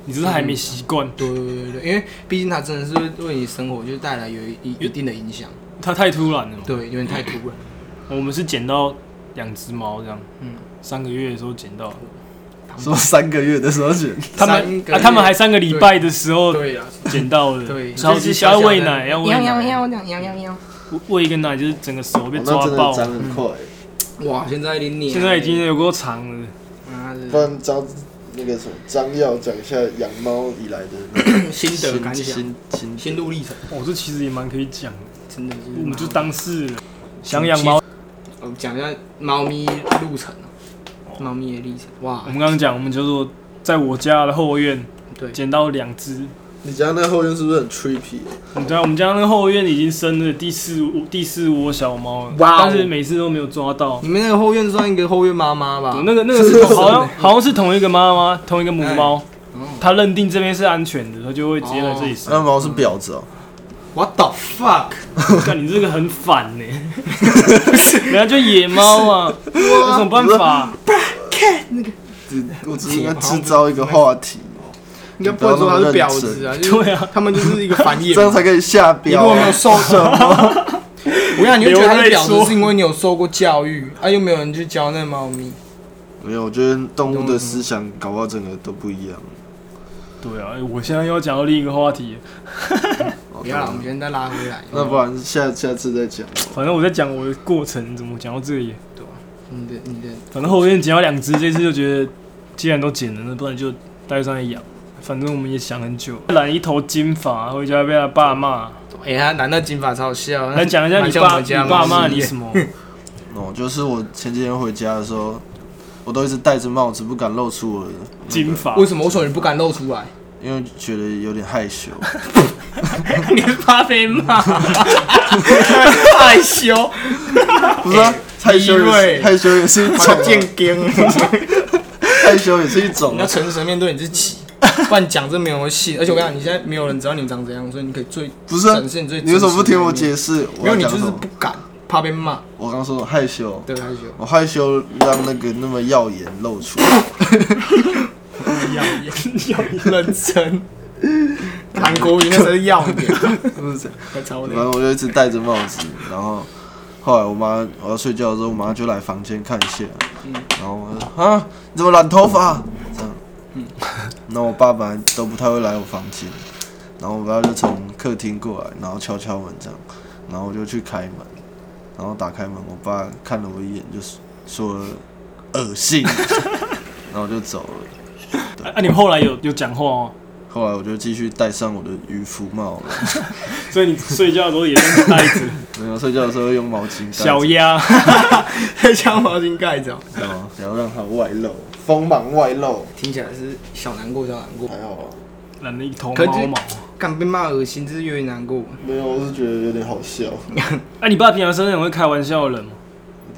[SPEAKER 2] 你只是还没习惯，
[SPEAKER 4] 对对对对，因为毕竟他真的是为你生活就是带来有一一定的影响，
[SPEAKER 2] 它太突然了嘛。
[SPEAKER 4] 对，有点太突然。
[SPEAKER 2] 我们是捡到两只猫这样，
[SPEAKER 4] 嗯，
[SPEAKER 2] 三个月的时候捡到，
[SPEAKER 3] 什么三个月的时候选，
[SPEAKER 2] 他们
[SPEAKER 4] 三个
[SPEAKER 2] 啊，
[SPEAKER 4] 月
[SPEAKER 2] 他们还三个礼拜的时候
[SPEAKER 4] 对呀，啊
[SPEAKER 2] 捡到的，
[SPEAKER 4] 对
[SPEAKER 2] 然后
[SPEAKER 4] 就是
[SPEAKER 2] 需要
[SPEAKER 4] 小小的
[SPEAKER 2] 喂奶，要喂
[SPEAKER 4] 喵喵
[SPEAKER 2] 奶，
[SPEAKER 4] 喵喵喵喵喵！
[SPEAKER 2] 喂一个奶就是整个手被
[SPEAKER 1] 哦
[SPEAKER 2] 抓
[SPEAKER 1] 那真的
[SPEAKER 2] 爆，
[SPEAKER 1] 长很快，
[SPEAKER 4] 哇，现在零年，
[SPEAKER 2] 现在已经有够长了。
[SPEAKER 4] 妈
[SPEAKER 1] 不
[SPEAKER 4] 的
[SPEAKER 1] 然张那个什么张耀讲一下养猫以来的那
[SPEAKER 4] 心得感想、
[SPEAKER 3] 心心
[SPEAKER 4] 心路历程，
[SPEAKER 2] 哦，这其实也蛮可以讲的，
[SPEAKER 4] 真的是
[SPEAKER 2] 我们就
[SPEAKER 4] 妈的
[SPEAKER 2] 当事人，想养猫。
[SPEAKER 4] 我们讲一下猫咪路程啊，猫咪的历程。哇
[SPEAKER 2] 哦我，们刚刚讲，我们就说在我家的后院
[SPEAKER 4] 对，
[SPEAKER 2] 捡到两只，
[SPEAKER 1] 你家那后院是不是很 trippy？
[SPEAKER 2] 我们家我们家那个后院已经生了第四窝第四窝小猫了，
[SPEAKER 4] 哇哦
[SPEAKER 2] 但是每次都没有抓到。
[SPEAKER 4] 你们那个后院算一个后院妈妈吧？
[SPEAKER 2] 那个那个 是同好像
[SPEAKER 4] 是
[SPEAKER 2] 好像是同一个妈妈，同一个母猫，
[SPEAKER 4] 哦
[SPEAKER 2] 它认定这边是安全的，它就会直接来这里生。
[SPEAKER 3] 那猫是婊子哦、
[SPEAKER 4] What the fuck？
[SPEAKER 2] 看你这个很反 呢、人家就野猫啊，有什么办法？
[SPEAKER 3] 我只是应该制造一个话题，
[SPEAKER 4] 应该不能说它是婊子啊，就是
[SPEAKER 2] 对啊，
[SPEAKER 4] 他们就是一个繁衍
[SPEAKER 3] 这样
[SPEAKER 4] 嘛。
[SPEAKER 3] 才可以下
[SPEAKER 4] 你如
[SPEAKER 3] 标
[SPEAKER 4] 果没
[SPEAKER 3] 啊、
[SPEAKER 4] 有受过，我想你会觉得它是婊
[SPEAKER 2] 流泪说
[SPEAKER 4] 子，是因为你有受过教育，啊，又没有人去教那猫咪。
[SPEAKER 3] 没有，我觉得动物的思想搞不好整个都不一样。
[SPEAKER 2] 对啊，哎我现在又要讲到另一个话题了，
[SPEAKER 3] 好
[SPEAKER 4] 不要啦，啊我们现在再拉回来。
[SPEAKER 3] 那不然下下次再讲。
[SPEAKER 2] 反正我在讲我的过程，怎么讲到这里？
[SPEAKER 4] 你的你的
[SPEAKER 2] 反正后面捡到两只，这次就觉得既然都捡了，那不然就带上来养。反正我们也想很久，染一头金发，回家被他爸骂。
[SPEAKER 4] 哎、他男的金发超好笑。
[SPEAKER 2] 来讲一下
[SPEAKER 4] 蛮
[SPEAKER 2] 你
[SPEAKER 4] 像我
[SPEAKER 2] 爸，
[SPEAKER 4] 们
[SPEAKER 2] 你
[SPEAKER 4] 家
[SPEAKER 2] 爸
[SPEAKER 4] 猫
[SPEAKER 2] 骂
[SPEAKER 4] 咪
[SPEAKER 2] 你
[SPEAKER 4] 耶
[SPEAKER 2] 什么？
[SPEAKER 3] 哦，就是我前几天回家的时候，我都一直戴着帽子，不敢露出我的，
[SPEAKER 2] 金发
[SPEAKER 4] 为，什么我说你不敢露出来？
[SPEAKER 3] 因为觉得有点害 羞。
[SPEAKER 4] 你是怕被骂，害羞，
[SPEAKER 3] 不是啊，害羞
[SPEAKER 4] 低
[SPEAKER 3] 也
[SPEAKER 4] 位
[SPEAKER 3] 是害羞也是一种啊，
[SPEAKER 4] 梗。
[SPEAKER 3] 害羞也是一种
[SPEAKER 4] 你
[SPEAKER 3] 啊
[SPEAKER 4] 要。诚实地面对你自己，不然讲真没有人会信。而且我跟你讲，你现在没有人知道你长怎样，所以你可以最
[SPEAKER 3] 不是啊
[SPEAKER 4] 展现最。
[SPEAKER 3] 你为什么不听我？解释？我
[SPEAKER 4] 没
[SPEAKER 3] 要
[SPEAKER 4] 有，你
[SPEAKER 3] 讲
[SPEAKER 4] 就
[SPEAKER 3] 什
[SPEAKER 4] 是
[SPEAKER 3] 么
[SPEAKER 4] 不？敢，怕被骂，
[SPEAKER 3] 我刚说害羞，
[SPEAKER 4] 对害羞。
[SPEAKER 3] 我害羞让那个那么耀眼露出。
[SPEAKER 4] 耀眼，耀眼，认真。 韩国语那才是耀眼，
[SPEAKER 3] 不是这样
[SPEAKER 4] 太超
[SPEAKER 3] 反
[SPEAKER 4] 累。
[SPEAKER 3] 正我就一直戴着帽子，然后
[SPEAKER 1] 后来我妈我要睡觉的时候，我妈就来房间看一下，
[SPEAKER 4] 嗯
[SPEAKER 1] 然后我就说啊，你怎么染头发？这样
[SPEAKER 4] 嗯，
[SPEAKER 1] 然后我爸本来都不太会来我房间，然后我爸就从客厅过来，然后敲敲门这样，然后我就去开门，然后打开门，我爸看了我一眼，就说恶心，然后就走了。
[SPEAKER 2] 啊，啊你们后来有有讲话哦，
[SPEAKER 1] 后来我就继续戴上我的渔夫帽，
[SPEAKER 2] 所以你睡觉的时候也是带 着
[SPEAKER 4] 啊
[SPEAKER 1] 没有睡觉的时候用毛巾盖着
[SPEAKER 2] 小鸭，
[SPEAKER 4] 将毛巾盖着，
[SPEAKER 1] 知道 吗然后让它外露，锋芒外露，
[SPEAKER 4] 听起来是小难过，小难过，
[SPEAKER 1] 还好啊。
[SPEAKER 2] 染了一头
[SPEAKER 4] 可是
[SPEAKER 2] 猫毛。
[SPEAKER 4] 干被骂恶心，就是有点难过。
[SPEAKER 1] 没有，我是觉得有点好笑，
[SPEAKER 2] 哎、你爸平常是那种会开玩笑的人吗？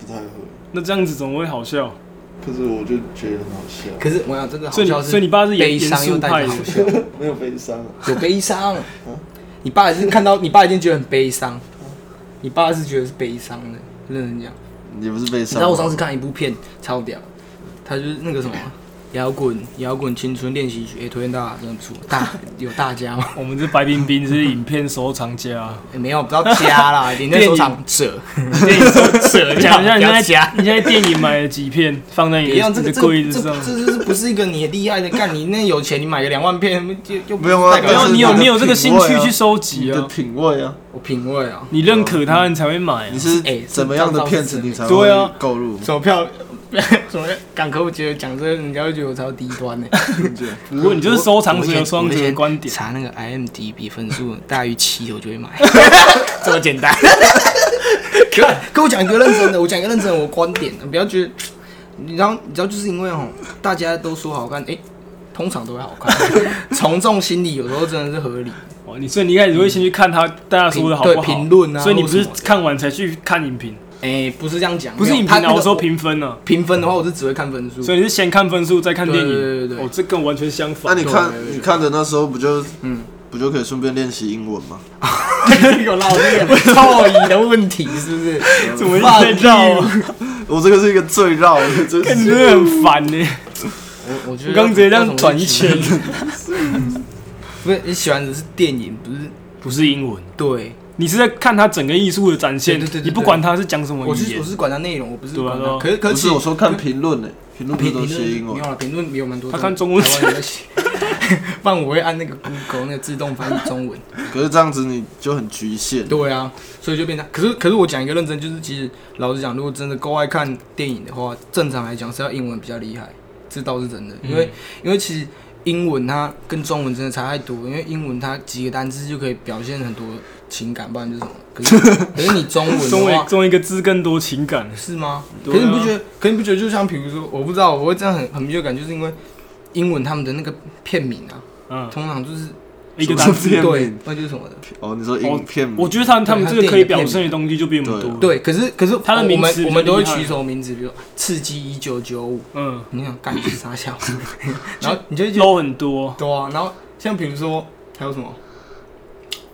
[SPEAKER 1] 不太会。
[SPEAKER 2] 那这样子怎么会好笑？
[SPEAKER 1] 可是我就觉得很好笑，
[SPEAKER 4] 可是我想这个
[SPEAKER 2] 所
[SPEAKER 4] 好
[SPEAKER 2] 以
[SPEAKER 4] 笑
[SPEAKER 2] 你
[SPEAKER 4] 是，
[SPEAKER 2] 所以你爸是
[SPEAKER 4] 悲
[SPEAKER 2] 严严
[SPEAKER 4] 伤
[SPEAKER 2] 肃
[SPEAKER 4] 又带
[SPEAKER 2] 派
[SPEAKER 4] 着
[SPEAKER 2] 的
[SPEAKER 4] 好，笑，
[SPEAKER 1] 没有悲伤啊。
[SPEAKER 4] 有悲伤。你爸也是看到，你爸一定觉得很悲伤，你爸是觉得是悲伤的，认真讲。
[SPEAKER 1] 也不是悲
[SPEAKER 4] 你
[SPEAKER 1] 伤啊。
[SPEAKER 4] 知道我上次看一部片超屌，他就是那个什么摇滚摇滚青春练习曲，也、推荐大家，真的不错。大 有大家吗？
[SPEAKER 2] 我们是白冰冰是影片收藏家。
[SPEAKER 4] 欸没有，不要加 啦，你那收藏者，
[SPEAKER 2] 扯 讲一下
[SPEAKER 4] 不
[SPEAKER 2] 你现
[SPEAKER 4] 要
[SPEAKER 2] 在
[SPEAKER 4] 加
[SPEAKER 2] 你现在电影买了几片，放在
[SPEAKER 4] 不
[SPEAKER 2] 你
[SPEAKER 4] 要
[SPEAKER 2] 的
[SPEAKER 4] 这
[SPEAKER 2] 你
[SPEAKER 4] 个
[SPEAKER 2] 的
[SPEAKER 4] 这
[SPEAKER 2] 柜
[SPEAKER 4] 个
[SPEAKER 2] 子
[SPEAKER 4] 这
[SPEAKER 2] 上
[SPEAKER 4] 个。这这不是一个你厉害的，干你那有钱，你买个两万片就又不
[SPEAKER 1] 没有啊
[SPEAKER 4] 代
[SPEAKER 2] 没
[SPEAKER 4] 表
[SPEAKER 2] 有，
[SPEAKER 1] 但是
[SPEAKER 2] 你有
[SPEAKER 1] 你的
[SPEAKER 2] 你有这个兴
[SPEAKER 1] 品
[SPEAKER 2] 趣
[SPEAKER 1] 味啊
[SPEAKER 2] 去收
[SPEAKER 1] 你
[SPEAKER 2] 集
[SPEAKER 1] 的
[SPEAKER 2] 啊，
[SPEAKER 1] 品味啊，
[SPEAKER 4] 我品味啊，
[SPEAKER 2] 你认可它，你才会买啊
[SPEAKER 1] 你。是
[SPEAKER 4] 哎
[SPEAKER 1] 怎么样的片子你才会
[SPEAKER 2] 对啊
[SPEAKER 1] 购入？
[SPEAKER 4] 什么票？ 什么港口？我觉得讲这个，人家会觉得我超低 端呢、
[SPEAKER 2] 不过你就是收藏者有收藏者的观
[SPEAKER 4] 我以前
[SPEAKER 2] 点，
[SPEAKER 4] 查那个 IMDB 分数大于七，我就会 买，这么简 单。可跟我讲一个认真的，我讲一个认真的我观点，不要觉得，你知道，你知道，就是因为吼，大家都说好看，哎、通常都会好 看，从众心理有时候真的是合理。
[SPEAKER 2] 哦你所以你一开始会先去看它大家说的好不
[SPEAKER 4] 对
[SPEAKER 2] 好，
[SPEAKER 4] 评论啊
[SPEAKER 2] 所以你不
[SPEAKER 4] 或
[SPEAKER 2] 是
[SPEAKER 4] 什么的
[SPEAKER 2] 看完才去看影评，
[SPEAKER 4] 哎、不是这样讲，
[SPEAKER 2] 不是
[SPEAKER 4] 没有
[SPEAKER 2] 影
[SPEAKER 4] 他
[SPEAKER 2] 评
[SPEAKER 4] 那
[SPEAKER 2] 啊，
[SPEAKER 4] 个
[SPEAKER 2] 我说评分呢，
[SPEAKER 4] 评分的话，我是只会看分数。
[SPEAKER 2] 所以你是先看分数再看电
[SPEAKER 4] 对对对
[SPEAKER 2] 影
[SPEAKER 4] 对，对
[SPEAKER 2] 哦，这跟我完全相
[SPEAKER 1] 那
[SPEAKER 2] 反。
[SPEAKER 1] 你看你看的那时候不就
[SPEAKER 4] 嗯
[SPEAKER 1] 不就可以顺便练习英文吗？
[SPEAKER 4] 有老 师道理的问题是不 是？
[SPEAKER 2] 怎么一直在绕啊？
[SPEAKER 1] 我这个是一个最绕的，真
[SPEAKER 2] 看你
[SPEAKER 1] 是
[SPEAKER 2] 真的很烦呢，
[SPEAKER 4] 我我觉
[SPEAKER 2] 我
[SPEAKER 4] 得，
[SPEAKER 2] 刚直接这样转一圈，
[SPEAKER 4] 不是你喜欢的是电影，不是
[SPEAKER 2] 不是英文。
[SPEAKER 4] 对。
[SPEAKER 2] 你是在看它整个艺术的展现，
[SPEAKER 4] 对对对对对
[SPEAKER 2] 你不管它是讲什么
[SPEAKER 4] 我
[SPEAKER 2] 语
[SPEAKER 4] 是
[SPEAKER 2] 言
[SPEAKER 4] 我，是管它内容，我不是
[SPEAKER 2] 对啊
[SPEAKER 4] 管
[SPEAKER 2] 对
[SPEAKER 4] 它。
[SPEAKER 2] 啊
[SPEAKER 4] 可是可
[SPEAKER 1] 不
[SPEAKER 4] 是
[SPEAKER 1] 是我说看评论呢，评论不是
[SPEAKER 4] 评
[SPEAKER 1] 都
[SPEAKER 4] 评论
[SPEAKER 1] 写英
[SPEAKER 4] 没
[SPEAKER 1] 文
[SPEAKER 4] 有？啊了，评论也有蛮多。
[SPEAKER 2] 他看中文
[SPEAKER 4] 台湾人在写， 不然我会按那个 Google 那个自动翻译中文。
[SPEAKER 1] 可是这样子你就很局限。
[SPEAKER 4] 对啊，所以就变成，可是可是我讲一个认真，就是其实老实讲，如果真的够爱看电影的话，正常来讲是要英文比较厉害，这倒是真的，
[SPEAKER 2] 嗯
[SPEAKER 4] 因为、因为其实英文它跟中文真的差太多，因为英文它几个单字就可以表现很多情感，不然就是什么。可是可是你中文的
[SPEAKER 2] 中文
[SPEAKER 4] 话。
[SPEAKER 2] 中文一个字更多情感。
[SPEAKER 4] 是吗？
[SPEAKER 2] 对
[SPEAKER 4] 可
[SPEAKER 2] 啊
[SPEAKER 4] 是你不觉得？可是你不觉得？就像比如说，我不知道，我会这样很很没有感，就是因为英文他们的那个片名啊，
[SPEAKER 2] 嗯，
[SPEAKER 4] 通常就是
[SPEAKER 2] 一个单
[SPEAKER 1] 什
[SPEAKER 2] 词
[SPEAKER 1] 么。片名
[SPEAKER 4] 对，那就是什么的。
[SPEAKER 1] 哦，你说影片吗？
[SPEAKER 2] 我觉得他们他们这个可以表现的东西就比我们多。，
[SPEAKER 4] 对，可是可是
[SPEAKER 2] 它的
[SPEAKER 4] 我
[SPEAKER 2] 名
[SPEAKER 4] 们
[SPEAKER 2] 词
[SPEAKER 4] 我们都会
[SPEAKER 2] 比较厉害
[SPEAKER 4] 取什么名字？比如说刺激一九九五，
[SPEAKER 2] 嗯
[SPEAKER 4] 你想干是啥小？然后你就会觉得
[SPEAKER 2] ，low 很多。
[SPEAKER 4] 对啊，然后像比如说还有什么？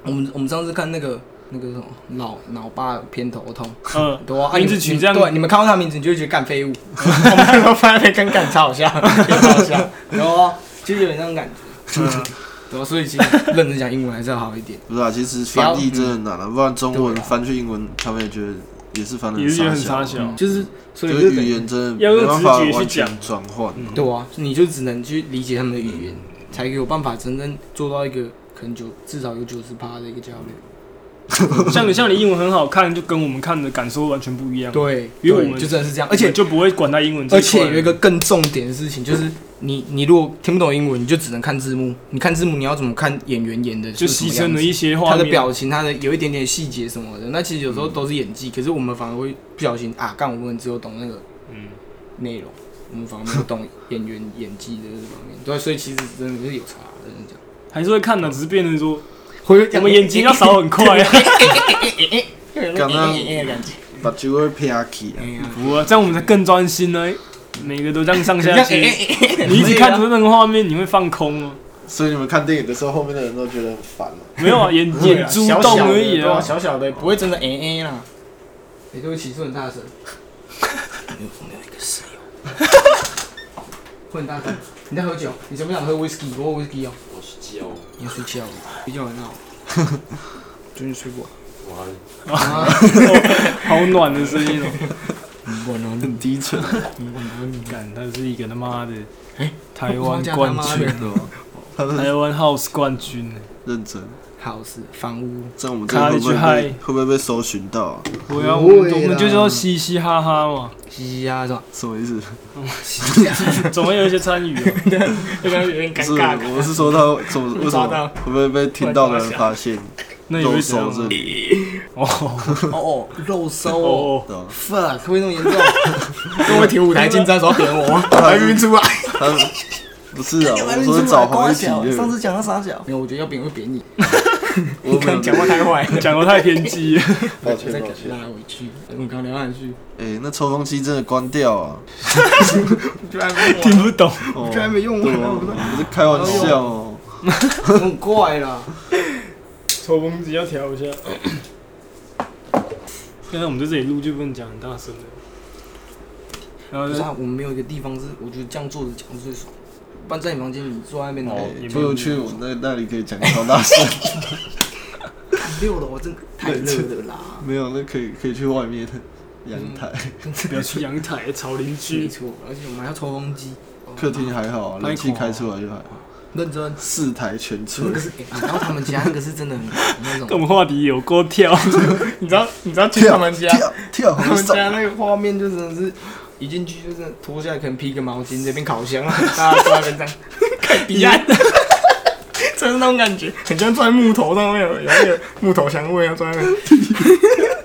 [SPEAKER 4] 我们我们上次看那个那个什么脑脑爸偏头痛，
[SPEAKER 2] 嗯，
[SPEAKER 4] 对啊，啊
[SPEAKER 2] 名字
[SPEAKER 4] 你
[SPEAKER 2] 取
[SPEAKER 4] 你
[SPEAKER 2] 这样
[SPEAKER 4] 对，你们看到他名字，你就会觉得干 废物，我们都放在那边干干，超好笑，超好笑，然后就有点那种感觉，
[SPEAKER 2] 嗯
[SPEAKER 4] 对啊，所以其实认真讲英文还是要好一点，
[SPEAKER 1] 不是啊，其实翻译真的很难啊，不然中文
[SPEAKER 4] 对啊
[SPEAKER 1] 翻去英文，他们也觉得也是翻的
[SPEAKER 2] 也是觉得很
[SPEAKER 1] 傻
[SPEAKER 2] 傻
[SPEAKER 1] 小，
[SPEAKER 2] 小。
[SPEAKER 4] 就是所以
[SPEAKER 1] 就
[SPEAKER 4] 就是等
[SPEAKER 1] 语
[SPEAKER 4] 于
[SPEAKER 1] 言真的
[SPEAKER 2] 要用
[SPEAKER 1] 没办法
[SPEAKER 2] 直觉去
[SPEAKER 1] 完
[SPEAKER 2] 讲
[SPEAKER 1] 全转换。
[SPEAKER 5] 嗯
[SPEAKER 4] 对啊，你就只能去理解他们的语言，才有办法真正做到一个可能九至少有九十趴的一个交流，嗯
[SPEAKER 2] 像你像你英文很好看，就跟我们看的感受完全不一样。，
[SPEAKER 4] 对，
[SPEAKER 2] 因为
[SPEAKER 4] 对
[SPEAKER 2] 我们
[SPEAKER 4] 就真的是这样，而且
[SPEAKER 2] 就不会管他英文这
[SPEAKER 4] 而
[SPEAKER 2] 一块。
[SPEAKER 4] 且有一个更重点的事情就是。你你如果听不懂英文，你就只能看字幕。你看字幕，你要怎么看演员演的？
[SPEAKER 2] 就是
[SPEAKER 4] 什
[SPEAKER 2] 牺
[SPEAKER 4] 么样
[SPEAKER 2] 牲
[SPEAKER 4] 子
[SPEAKER 2] 了一些画
[SPEAKER 4] 他
[SPEAKER 2] 面。
[SPEAKER 4] 的表情，他的有一点点细节什么的，那其实有时候都是演技，可是我们反而会不小心啊，干我们只有懂那个
[SPEAKER 2] 嗯，
[SPEAKER 4] 内容，我们反而没有懂演员演技的这方面，对，所以其实真的是有差，真的讲，
[SPEAKER 2] 还是会看的，只是变成说
[SPEAKER 4] 会
[SPEAKER 2] 我们眼睛要扫很快 啊。
[SPEAKER 1] 刚刚
[SPEAKER 4] 感觉，
[SPEAKER 1] 把酒会偏起啊，
[SPEAKER 2] 不啊，这样我们才更专心呢。每个都这样上下 切，
[SPEAKER 4] 你
[SPEAKER 2] 你一直看着那个画面，你会放空哦。
[SPEAKER 1] 所以你们看电影的时候，后面的人都觉得很烦啊。
[SPEAKER 2] 没有啊，眼眼珠动而已啊。
[SPEAKER 4] 小小的不会真的哎哎啦，也对不起，是很大声，没有没有一个室友，会很大声，你在喝酒，你想不想喝 whisky？我有 whisky 哦。
[SPEAKER 5] 我是教，
[SPEAKER 4] 你要睡觉了，睡觉很好。最近睡过，
[SPEAKER 5] 哇，
[SPEAKER 2] 好暖的声音哦、
[SPEAKER 4] 我能
[SPEAKER 1] 很低沉，
[SPEAKER 2] 感他是一个他妈的
[SPEAKER 4] 哎，
[SPEAKER 2] 台湾冠军，哦
[SPEAKER 4] 军
[SPEAKER 1] 他是
[SPEAKER 2] 台湾 House 冠军，
[SPEAKER 1] 认真。
[SPEAKER 4] 好是房屋，
[SPEAKER 1] 这样我们这个会不会
[SPEAKER 2] 卡里
[SPEAKER 1] 被
[SPEAKER 2] 去
[SPEAKER 1] 会不会被搜寻到、啊？
[SPEAKER 2] 我要我
[SPEAKER 4] 不会
[SPEAKER 2] 们我们
[SPEAKER 4] 啦
[SPEAKER 2] 就叫嘻嘻哈哈嘛，
[SPEAKER 4] 嘻嘻哈哈是吧？
[SPEAKER 1] 什么意思？
[SPEAKER 2] 总会有一些参与、哦。
[SPEAKER 4] 要不然有点
[SPEAKER 1] 不
[SPEAKER 4] 尴
[SPEAKER 1] 是，
[SPEAKER 4] 尬。
[SPEAKER 1] 我是说他怎么为什
[SPEAKER 4] 抓
[SPEAKER 1] 么
[SPEAKER 4] 到
[SPEAKER 1] 会不会被听到的人发现
[SPEAKER 2] 那你
[SPEAKER 1] 都
[SPEAKER 2] 会怎样
[SPEAKER 1] 搜这
[SPEAKER 2] 啊？
[SPEAKER 1] 里？
[SPEAKER 2] 哦
[SPEAKER 4] 哦哦，肉
[SPEAKER 2] 哦
[SPEAKER 4] 搜哦
[SPEAKER 2] 哦，
[SPEAKER 1] 对吧？
[SPEAKER 4] ，fuck，会不会那么严重？跟我停舞台进站的时候点 我，还没出来，
[SPEAKER 1] 他不是啊，我说找黄一起的，
[SPEAKER 4] 上次讲到傻小，没有，我觉得要扁会扁你，
[SPEAKER 1] 我没有
[SPEAKER 4] 刚刚讲话太坏，
[SPEAKER 2] 讲的太偏激了，
[SPEAKER 1] 抱
[SPEAKER 4] 我
[SPEAKER 1] 歉
[SPEAKER 4] 再
[SPEAKER 1] 抱歉。
[SPEAKER 4] 拉回去，我们刚聊下 去，
[SPEAKER 1] 哎、那抽风机真的关掉啊？
[SPEAKER 4] 居然没
[SPEAKER 2] 听不懂。
[SPEAKER 1] 哦，
[SPEAKER 4] 居然没用
[SPEAKER 1] 对
[SPEAKER 4] 完，
[SPEAKER 1] 啊，
[SPEAKER 4] 我
[SPEAKER 1] 我是开玩笑哦。
[SPEAKER 4] 说很怪啦。
[SPEAKER 2] 抽风机要调一下。现在我们在这里录就不能讲很大声的，然后
[SPEAKER 4] 不
[SPEAKER 2] 就是
[SPEAKER 4] 啊，我们没有一个地方是我觉得这样坐着讲最爽。不然在你房间，你坐在那边，然后
[SPEAKER 2] 哦
[SPEAKER 1] 哎
[SPEAKER 2] 也
[SPEAKER 1] 不
[SPEAKER 2] 没有
[SPEAKER 1] 如去我那那里可以讲超大声，
[SPEAKER 4] 六楼啊真的太热了啦。
[SPEAKER 1] 没有，那可以可以去外面的阳台、
[SPEAKER 2] 不要去阳台吵邻居
[SPEAKER 4] 没。错，而且我们还要抽风 机，哦
[SPEAKER 1] 客厅还好啊，
[SPEAKER 2] 拍
[SPEAKER 1] 冷气
[SPEAKER 2] 孔啊
[SPEAKER 1] 开出来就还好，
[SPEAKER 4] 认 真。
[SPEAKER 1] 四台全吹
[SPEAKER 4] 那。个是，欸你知道他们家那个是真的很那
[SPEAKER 2] 跟我
[SPEAKER 4] 种，
[SPEAKER 2] 们话题有够 跳，
[SPEAKER 4] 你知道你知道去他
[SPEAKER 1] 跳
[SPEAKER 4] 们 家，
[SPEAKER 1] 跳跳，
[SPEAKER 4] 他
[SPEAKER 1] 很
[SPEAKER 4] 们
[SPEAKER 1] 爽。
[SPEAKER 4] 家那个画面就真的是，一进去就是脱下来可能披个毛巾，这边烤箱啊， 大家坐在边上看彼岸， 真的那种感觉，很像坐在木头上面，有那个木头香味啊，坐在那 边。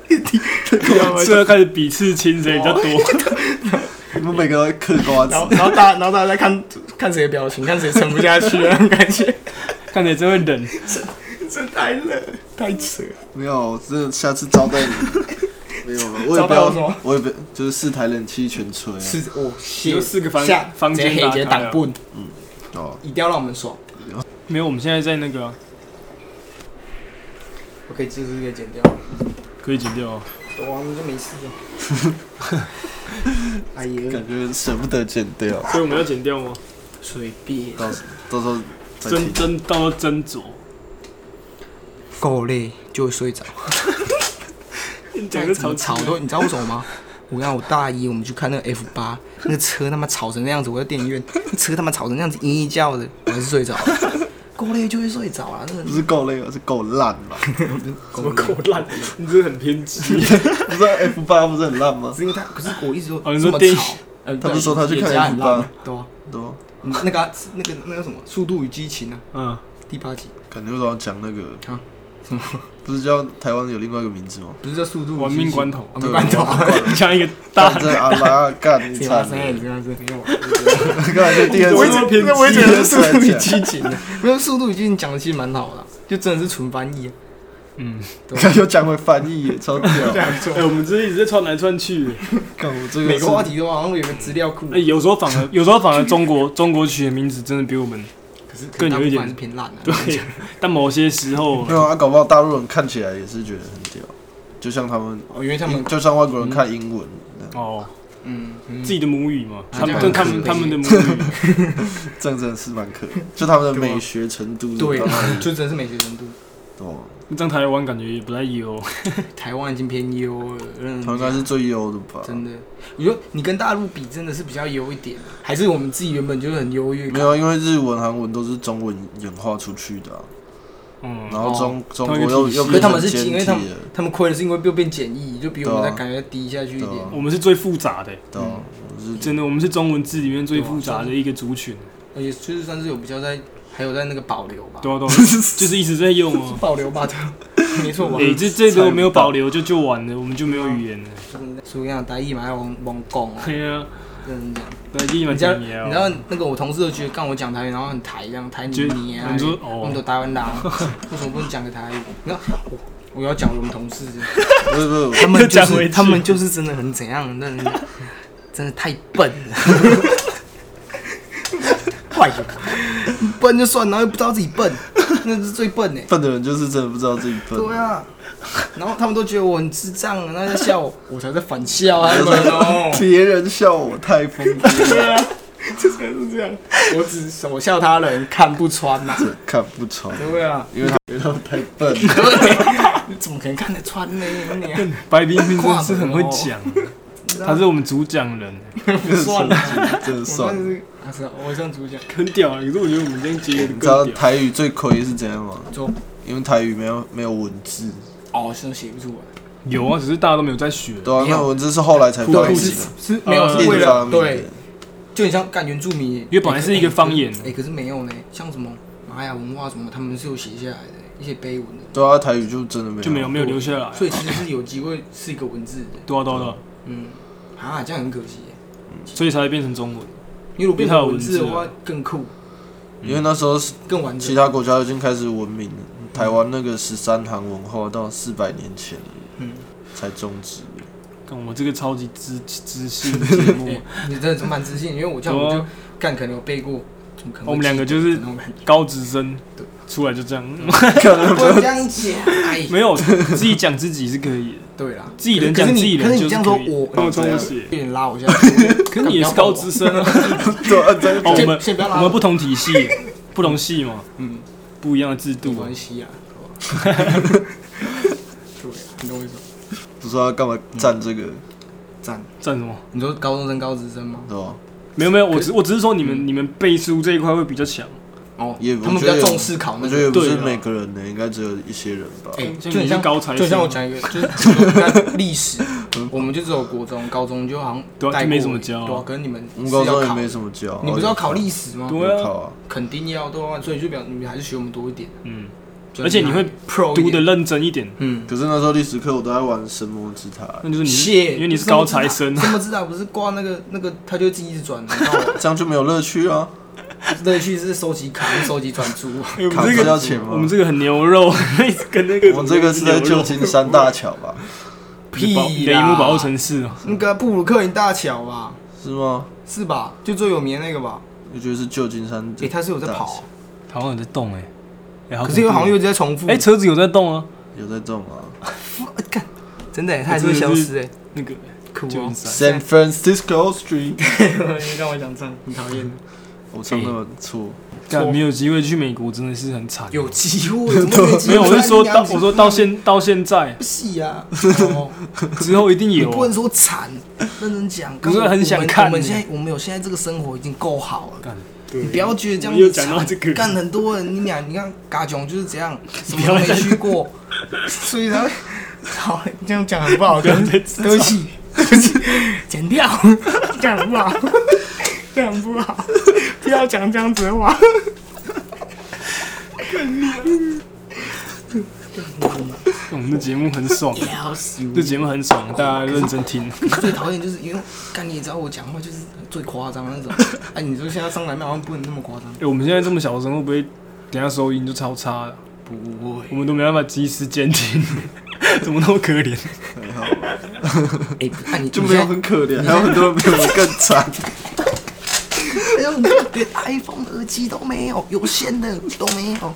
[SPEAKER 2] 最后开始比刺青谁比 较多。
[SPEAKER 1] 你们每个都在嗑瓜子
[SPEAKER 4] 然，后然后大家然后大家在看看谁的表情，看谁撑不下去啊 的那种感觉，
[SPEAKER 2] 看起来真会冷，
[SPEAKER 4] 真太热，太扯。
[SPEAKER 1] 没有，真的下次招待你。没有了，我也
[SPEAKER 4] 招
[SPEAKER 1] 不
[SPEAKER 4] 待我什
[SPEAKER 1] 要
[SPEAKER 4] 么，
[SPEAKER 1] 我也不就是四台冷气全吹啊。
[SPEAKER 4] 是哦，
[SPEAKER 2] 有
[SPEAKER 4] 就
[SPEAKER 2] 四个房房间
[SPEAKER 4] 黑
[SPEAKER 2] 打
[SPEAKER 4] 杰
[SPEAKER 2] 开啊
[SPEAKER 4] 挡棍，
[SPEAKER 1] 哦，
[SPEAKER 4] 一定要让我们爽。
[SPEAKER 2] 没有，我们现在在那个啊、
[SPEAKER 4] 我可以这是可以剪掉，
[SPEAKER 2] 可以剪掉、哦。
[SPEAKER 4] 我们就没事了。哎呀，
[SPEAKER 1] 感觉舍不得剪掉，
[SPEAKER 2] 所以我们要剪掉吗？
[SPEAKER 4] 随便，
[SPEAKER 1] 到时到时候再
[SPEAKER 2] 斟
[SPEAKER 1] 听。
[SPEAKER 2] 斟到时候斟酌。
[SPEAKER 4] 够累就会睡着。
[SPEAKER 2] 你
[SPEAKER 4] 再
[SPEAKER 2] 整个
[SPEAKER 4] 怎
[SPEAKER 2] 吵
[SPEAKER 4] 么吵都，你知道为什么吗？我跟你讲，我大一我们去看那个 F 八，那个车他妈吵成那样子，我在电影院，车他妈吵成那样子，嘤嘤叫的，我还是睡着了。 够累就会睡着了，那个
[SPEAKER 1] 不是够累，而是够烂吧？
[SPEAKER 2] 怎么够烂？你真的很偏激。
[SPEAKER 1] 不是 F 八不是很烂吗？
[SPEAKER 4] 是因为他，可是我一直都
[SPEAKER 2] 哦你
[SPEAKER 4] 这
[SPEAKER 2] 说
[SPEAKER 4] 么
[SPEAKER 2] 电影
[SPEAKER 4] 吵。呃
[SPEAKER 1] 他不是说他去看
[SPEAKER 4] 对也是很
[SPEAKER 1] F8
[SPEAKER 4] 烂对啊，
[SPEAKER 1] 对啊，
[SPEAKER 4] 那个啊那个那个什么《速度与激情》啊，
[SPEAKER 2] 嗯，
[SPEAKER 4] 第八集
[SPEAKER 1] 感觉我要讲那个
[SPEAKER 4] 啊，什么
[SPEAKER 1] 不是叫台湾有另外一个名字吗？
[SPEAKER 4] 不是叫《速度与激情》啊
[SPEAKER 2] 玩命关头
[SPEAKER 4] 玩命关头啊，
[SPEAKER 2] 像一个大
[SPEAKER 1] 反。正阿拉干你
[SPEAKER 4] 谁发
[SPEAKER 1] 惨
[SPEAKER 4] 生
[SPEAKER 1] 了，
[SPEAKER 4] 这样子，没有啊，
[SPEAKER 1] 干这第二
[SPEAKER 2] 我一
[SPEAKER 1] 次
[SPEAKER 2] 直偏激
[SPEAKER 4] 我也觉得《
[SPEAKER 1] 是
[SPEAKER 4] 速
[SPEAKER 1] 在
[SPEAKER 4] 度与
[SPEAKER 1] 讲
[SPEAKER 4] 激情》的， 没有《速度与激情》讲的其实蛮好的啊，就真的是纯翻译啊，
[SPEAKER 2] 嗯，
[SPEAKER 1] 看又讲回翻译耶， 超屌！
[SPEAKER 4] 样做
[SPEAKER 2] 哎、我们这一直在串来串去。
[SPEAKER 1] 看我这个
[SPEAKER 4] 每
[SPEAKER 1] 是
[SPEAKER 4] 个话题都好像有个资料库
[SPEAKER 2] 哎、，有时候反而，有时候反而中国中国曲的名字真的比我们
[SPEAKER 4] 可是
[SPEAKER 2] 更有一点
[SPEAKER 4] 还是偏烂的，
[SPEAKER 2] 对，但某些时 候
[SPEAKER 1] 没有啊，搞不好大陆人看起来也是觉得很屌，就像他们，
[SPEAKER 4] 哦，因为他们
[SPEAKER 1] 就像外国人看英文，
[SPEAKER 2] 哦，
[SPEAKER 4] 嗯，嗯
[SPEAKER 2] 自己的母语嘛，
[SPEAKER 4] 嗯
[SPEAKER 2] 他们
[SPEAKER 4] 这
[SPEAKER 2] 跟
[SPEAKER 4] 样
[SPEAKER 2] 他们
[SPEAKER 4] 子
[SPEAKER 2] 他们啊的母语，
[SPEAKER 1] 这样真的是蛮可，就他们的
[SPEAKER 4] 对啊
[SPEAKER 1] 美学程度
[SPEAKER 4] 嗯 对啊
[SPEAKER 1] 到那，里
[SPEAKER 4] 就真的是美学程度，
[SPEAKER 1] 哦，
[SPEAKER 2] 这样台湾感觉也不太 优。
[SPEAKER 4] 台湾已经偏优了，认
[SPEAKER 1] 他们应该是最优的吧？
[SPEAKER 4] 嗯真的，我觉得你跟大陆比真的是比较优一点，还是我们自己原本就是很优越感？
[SPEAKER 1] 没有啊，因为日文、韩文都是中文演化出去的啊、
[SPEAKER 2] 嗯，
[SPEAKER 1] 然后中中
[SPEAKER 2] 同
[SPEAKER 1] 国
[SPEAKER 2] 一个
[SPEAKER 1] 又
[SPEAKER 2] 体系
[SPEAKER 1] 又
[SPEAKER 2] 因为
[SPEAKER 1] 变
[SPEAKER 4] 哦他们
[SPEAKER 1] 成
[SPEAKER 4] 是
[SPEAKER 1] 简
[SPEAKER 4] 因为
[SPEAKER 1] 体
[SPEAKER 4] 他们
[SPEAKER 1] 了，
[SPEAKER 4] 他们亏了是因为又变简易，就比我们
[SPEAKER 1] 对啊
[SPEAKER 4] 在感觉低下去一
[SPEAKER 1] 对
[SPEAKER 4] 点
[SPEAKER 1] 啊。
[SPEAKER 2] 我们是最复杂的、
[SPEAKER 1] 对啊，我是
[SPEAKER 2] 真的，我们是中文字里面最复杂的一个族 群。
[SPEAKER 4] 而且就是算是有比较在，还有在那个保留吧，
[SPEAKER 2] 对啊，对 啊，就是一直在用 哦。
[SPEAKER 4] 保留吧，对啊，没错吧？
[SPEAKER 2] 哎、这这个没有保留就就完了，我们就没有语言了。
[SPEAKER 4] 所以讲台语嘛，要往往讲哦，
[SPEAKER 2] 对啊，
[SPEAKER 4] 真的讲。
[SPEAKER 2] 那哦立马
[SPEAKER 4] 你知道
[SPEAKER 2] 讲啊
[SPEAKER 4] 你
[SPEAKER 2] 也
[SPEAKER 4] 知道那个我同事都觉得干我讲台语，然后很台这样台你
[SPEAKER 2] 觉得
[SPEAKER 4] 你啊，
[SPEAKER 2] 你说
[SPEAKER 4] 我们都
[SPEAKER 2] 哦，
[SPEAKER 4] 台湾人，啊 为什么不能讲个台语？你知道我我要讲我们 同事，
[SPEAKER 1] 不是不是
[SPEAKER 4] 他们就
[SPEAKER 2] 讲回
[SPEAKER 4] 是
[SPEAKER 2] 去
[SPEAKER 4] 他们就是真的很怎样，那 人家真的太笨了，坏人， 笨就算，然后又不知道自己笨，那是最笨哎、
[SPEAKER 1] 笨的人就是真的不知道自己笨，
[SPEAKER 4] 对啊，然后他们都觉得我很智障，然后在笑我，我才在反 笑啊，他们哦，
[SPEAKER 1] 别人笑我太疯癫了，
[SPEAKER 4] 就是这样，啊我只是我笑他人看不穿呐、
[SPEAKER 1] 看不穿，
[SPEAKER 4] 对啊，
[SPEAKER 1] 因为他觉得我太笨了，
[SPEAKER 4] 怎么可能看得穿呢？你啊
[SPEAKER 2] 干白冰冰真是很会讲，他是我们主讲人，
[SPEAKER 4] 不算了，
[SPEAKER 1] 真的算
[SPEAKER 4] 我算
[SPEAKER 1] 了。
[SPEAKER 4] 是啊是啊，我算主角。
[SPEAKER 2] 很屌啊！可是我觉得我们这样接的
[SPEAKER 1] 你
[SPEAKER 2] 更
[SPEAKER 1] 知道
[SPEAKER 2] 屌。
[SPEAKER 1] 台语最亏是怎样吗？
[SPEAKER 4] 说
[SPEAKER 1] 因为台语没有没有文字，
[SPEAKER 4] 哦，是写不出来。
[SPEAKER 2] 有啊，只是大家都没有在学。
[SPEAKER 1] 对啊，
[SPEAKER 4] 没有
[SPEAKER 1] 那文字是后来才
[SPEAKER 4] 对，
[SPEAKER 1] 发明
[SPEAKER 4] 是
[SPEAKER 1] 的，
[SPEAKER 4] 是没有
[SPEAKER 2] 呃
[SPEAKER 4] 是为
[SPEAKER 1] 一直发
[SPEAKER 4] 了
[SPEAKER 1] 明的
[SPEAKER 4] 对，就很像干原住民，
[SPEAKER 2] 因为本来是一个方言
[SPEAKER 4] 哎、可是没有呢，像什么玛雅文化什么，他们是有写下来的一些碑文的，
[SPEAKER 1] 对啊，台语就真的没
[SPEAKER 4] 呃
[SPEAKER 1] 有，
[SPEAKER 2] 就没有没有留下来。
[SPEAKER 4] 所以其实是有机会是一个文字的。
[SPEAKER 2] 对啊对啊对啊，
[SPEAKER 4] 嗯，啊，这样很可惜耶，
[SPEAKER 2] 所以才会变成中文。
[SPEAKER 4] 因为如果变
[SPEAKER 2] 因为它有
[SPEAKER 4] 成
[SPEAKER 2] 文
[SPEAKER 4] 文字
[SPEAKER 2] 字
[SPEAKER 4] 的
[SPEAKER 2] 啊
[SPEAKER 4] 话更酷、
[SPEAKER 1] 因为那时候是
[SPEAKER 4] 更完
[SPEAKER 1] 其
[SPEAKER 4] 整。
[SPEAKER 1] 他国家已经开始文明了，台湾那个十三行文化到四百年前
[SPEAKER 4] 嗯，
[SPEAKER 1] 才终止。
[SPEAKER 2] 看我们这个超级知知性的节目，
[SPEAKER 4] 你真的是蛮自信，因为我这样
[SPEAKER 2] 对
[SPEAKER 4] 我
[SPEAKER 2] 啊
[SPEAKER 4] 就干可能有背过，怎么可能会记得？
[SPEAKER 2] 我们两个就是
[SPEAKER 4] 那种 感觉
[SPEAKER 2] 高职生
[SPEAKER 4] 对
[SPEAKER 2] 出来就这样，
[SPEAKER 4] 不能这样讲。哎，
[SPEAKER 2] 没有自己讲自己是可以的，
[SPEAKER 4] 对啦，
[SPEAKER 2] 自己人
[SPEAKER 4] 可
[SPEAKER 2] 讲
[SPEAKER 4] 是
[SPEAKER 2] 自己
[SPEAKER 4] 你可
[SPEAKER 2] 人
[SPEAKER 4] 是
[SPEAKER 2] 就
[SPEAKER 4] 你这样
[SPEAKER 2] 可
[SPEAKER 4] 说
[SPEAKER 2] 以。
[SPEAKER 4] 我，
[SPEAKER 2] 那么充
[SPEAKER 4] 有
[SPEAKER 2] 实，
[SPEAKER 4] 点拉 我下去。
[SPEAKER 2] 可是你也是高职生啊，
[SPEAKER 1] 对啊，真的
[SPEAKER 2] 哦哦我们
[SPEAKER 4] 先不要拉嗯
[SPEAKER 2] 我
[SPEAKER 4] 我
[SPEAKER 2] 们不同体系，不同系嘛，
[SPEAKER 4] 嗯，
[SPEAKER 2] 不一样的制
[SPEAKER 4] 没
[SPEAKER 2] 度啊
[SPEAKER 4] 关。系啊，好吧对啊，你懂我意思吗？
[SPEAKER 1] 不知道干嘛站这个，
[SPEAKER 4] 赞，
[SPEAKER 2] 占什么？
[SPEAKER 4] 你说高中生、高职生吗？
[SPEAKER 1] 对吧？
[SPEAKER 2] 没有没有，我
[SPEAKER 4] 可嗯
[SPEAKER 2] 只我只是说你们你们背书这一块会比较强，
[SPEAKER 4] 哦，
[SPEAKER 1] 也
[SPEAKER 4] 他们比较重视考
[SPEAKER 1] 我
[SPEAKER 4] 那
[SPEAKER 1] 觉得也
[SPEAKER 4] 个。
[SPEAKER 1] 不是
[SPEAKER 2] 对啊
[SPEAKER 1] 每个人呢，应该只有一些人吧。
[SPEAKER 4] 哎，
[SPEAKER 2] 像
[SPEAKER 4] 就很
[SPEAKER 2] 你是
[SPEAKER 4] 像
[SPEAKER 2] 高材
[SPEAKER 4] 就
[SPEAKER 2] 生
[SPEAKER 4] 像我讲一个，就是比如说像 历史，我们就只有国中、高中就好像
[SPEAKER 2] 对啊
[SPEAKER 4] 带
[SPEAKER 2] 就没
[SPEAKER 4] 过
[SPEAKER 2] 什么
[SPEAKER 4] 而已
[SPEAKER 2] 教啊
[SPEAKER 4] 对啊，可是你们
[SPEAKER 1] 我们高
[SPEAKER 4] 是
[SPEAKER 1] 中
[SPEAKER 4] 要
[SPEAKER 1] 也
[SPEAKER 4] 考，
[SPEAKER 1] 没什么教，
[SPEAKER 4] 你不是要考历史吗？
[SPEAKER 2] 对
[SPEAKER 1] 要
[SPEAKER 2] 啊，
[SPEAKER 1] 考啊？
[SPEAKER 4] 肯定要对啊，所以就表你们还是学我们多一点，
[SPEAKER 2] 嗯，
[SPEAKER 4] 就
[SPEAKER 2] 而且你会
[SPEAKER 4] pro 一
[SPEAKER 2] 读
[SPEAKER 4] 点
[SPEAKER 2] 的，认真一点，
[SPEAKER 4] 嗯，
[SPEAKER 1] 可是那时候历史课我都在玩神魔之塔，
[SPEAKER 2] 那就是你，
[SPEAKER 4] 谢，
[SPEAKER 2] 嗯因为你是高材生啊，
[SPEAKER 4] 什么知道不是挂那个那个，他就会自己一直转，你知道吗？
[SPEAKER 1] 这样就没有乐趣啊。
[SPEAKER 4] 乐趣是收集卡、收集转啊珠。
[SPEAKER 2] 哎我
[SPEAKER 1] 卡
[SPEAKER 2] 们
[SPEAKER 1] 是
[SPEAKER 2] 这个
[SPEAKER 1] 要钱吗？
[SPEAKER 2] 我们这个很牛肉， 跟那个
[SPEAKER 1] 我们这个是在旧金山大桥吧？
[SPEAKER 4] 屁啦
[SPEAKER 2] 雷姆保护城市啊，
[SPEAKER 4] 那个布鲁克林大桥吧，
[SPEAKER 1] 是吗？
[SPEAKER 4] 是吧？就最有名的那个吧。
[SPEAKER 1] 我觉得是旧金山。
[SPEAKER 2] 哎
[SPEAKER 4] 诶、他是有在跑啊，
[SPEAKER 2] 好像有在动哎，哎好
[SPEAKER 4] 可是又
[SPEAKER 2] 恐怖
[SPEAKER 4] 好像又一直在重复。
[SPEAKER 2] 哎车子有在动啊，
[SPEAKER 1] 有在动啊
[SPEAKER 4] 干，真的、欸，他还是会消失哎、
[SPEAKER 2] 那个
[SPEAKER 4] 酷
[SPEAKER 2] 旧
[SPEAKER 4] 哦
[SPEAKER 2] 金、
[SPEAKER 1] ，San
[SPEAKER 2] 山
[SPEAKER 1] Francisco Street。
[SPEAKER 4] 你让我讲这样，很讨厌。
[SPEAKER 1] 我唱那么错，
[SPEAKER 2] 干没有机会去美国真的是很惨，
[SPEAKER 4] 有机会，怎么会
[SPEAKER 2] 没有我是说到我说到现到现在
[SPEAKER 4] 不是啊，哦
[SPEAKER 2] 之后一定
[SPEAKER 4] 你
[SPEAKER 2] 有
[SPEAKER 4] 不
[SPEAKER 2] 啊
[SPEAKER 4] 能，说惨，认真讲。
[SPEAKER 2] 不是很想看
[SPEAKER 4] 我们我们
[SPEAKER 2] 你
[SPEAKER 4] 现在我们有现在这个生活已经够好了。
[SPEAKER 2] 干
[SPEAKER 4] 你不要觉得这样
[SPEAKER 2] 又
[SPEAKER 4] 子
[SPEAKER 2] 讲到这
[SPEAKER 4] 惨，
[SPEAKER 2] 个
[SPEAKER 4] 干很多人，你俩你看嘎囧就是 这样，什么都没去过，所以才会。好，这样讲很 不好，
[SPEAKER 2] 不要再
[SPEAKER 4] 对
[SPEAKER 2] 自嘲
[SPEAKER 4] 不起，对不起， 剪掉，这样很不好，这样很不好，不要讲这样子的话。
[SPEAKER 2] 我们的嗯节目很 爽，这节目很爽，大家认真听，
[SPEAKER 4] 最讨厌就是因为干，你也知道我讲话就是最夸张的那种。哎，你说现在上来麦好像不能那么夸张，
[SPEAKER 2] 哎我们现在这么小声会不会等一下收音就超差了？
[SPEAKER 4] 不会。
[SPEAKER 2] 我们都没办法及时监听，怎么那么可怜？
[SPEAKER 4] 哎，那你
[SPEAKER 1] 就没有
[SPEAKER 4] 你现
[SPEAKER 1] 很可
[SPEAKER 2] 哎
[SPEAKER 1] 怜，还有很多人比我们更惨。
[SPEAKER 4] 在哎呦，你看连 iPhone 耳机都没有，有线的都没有，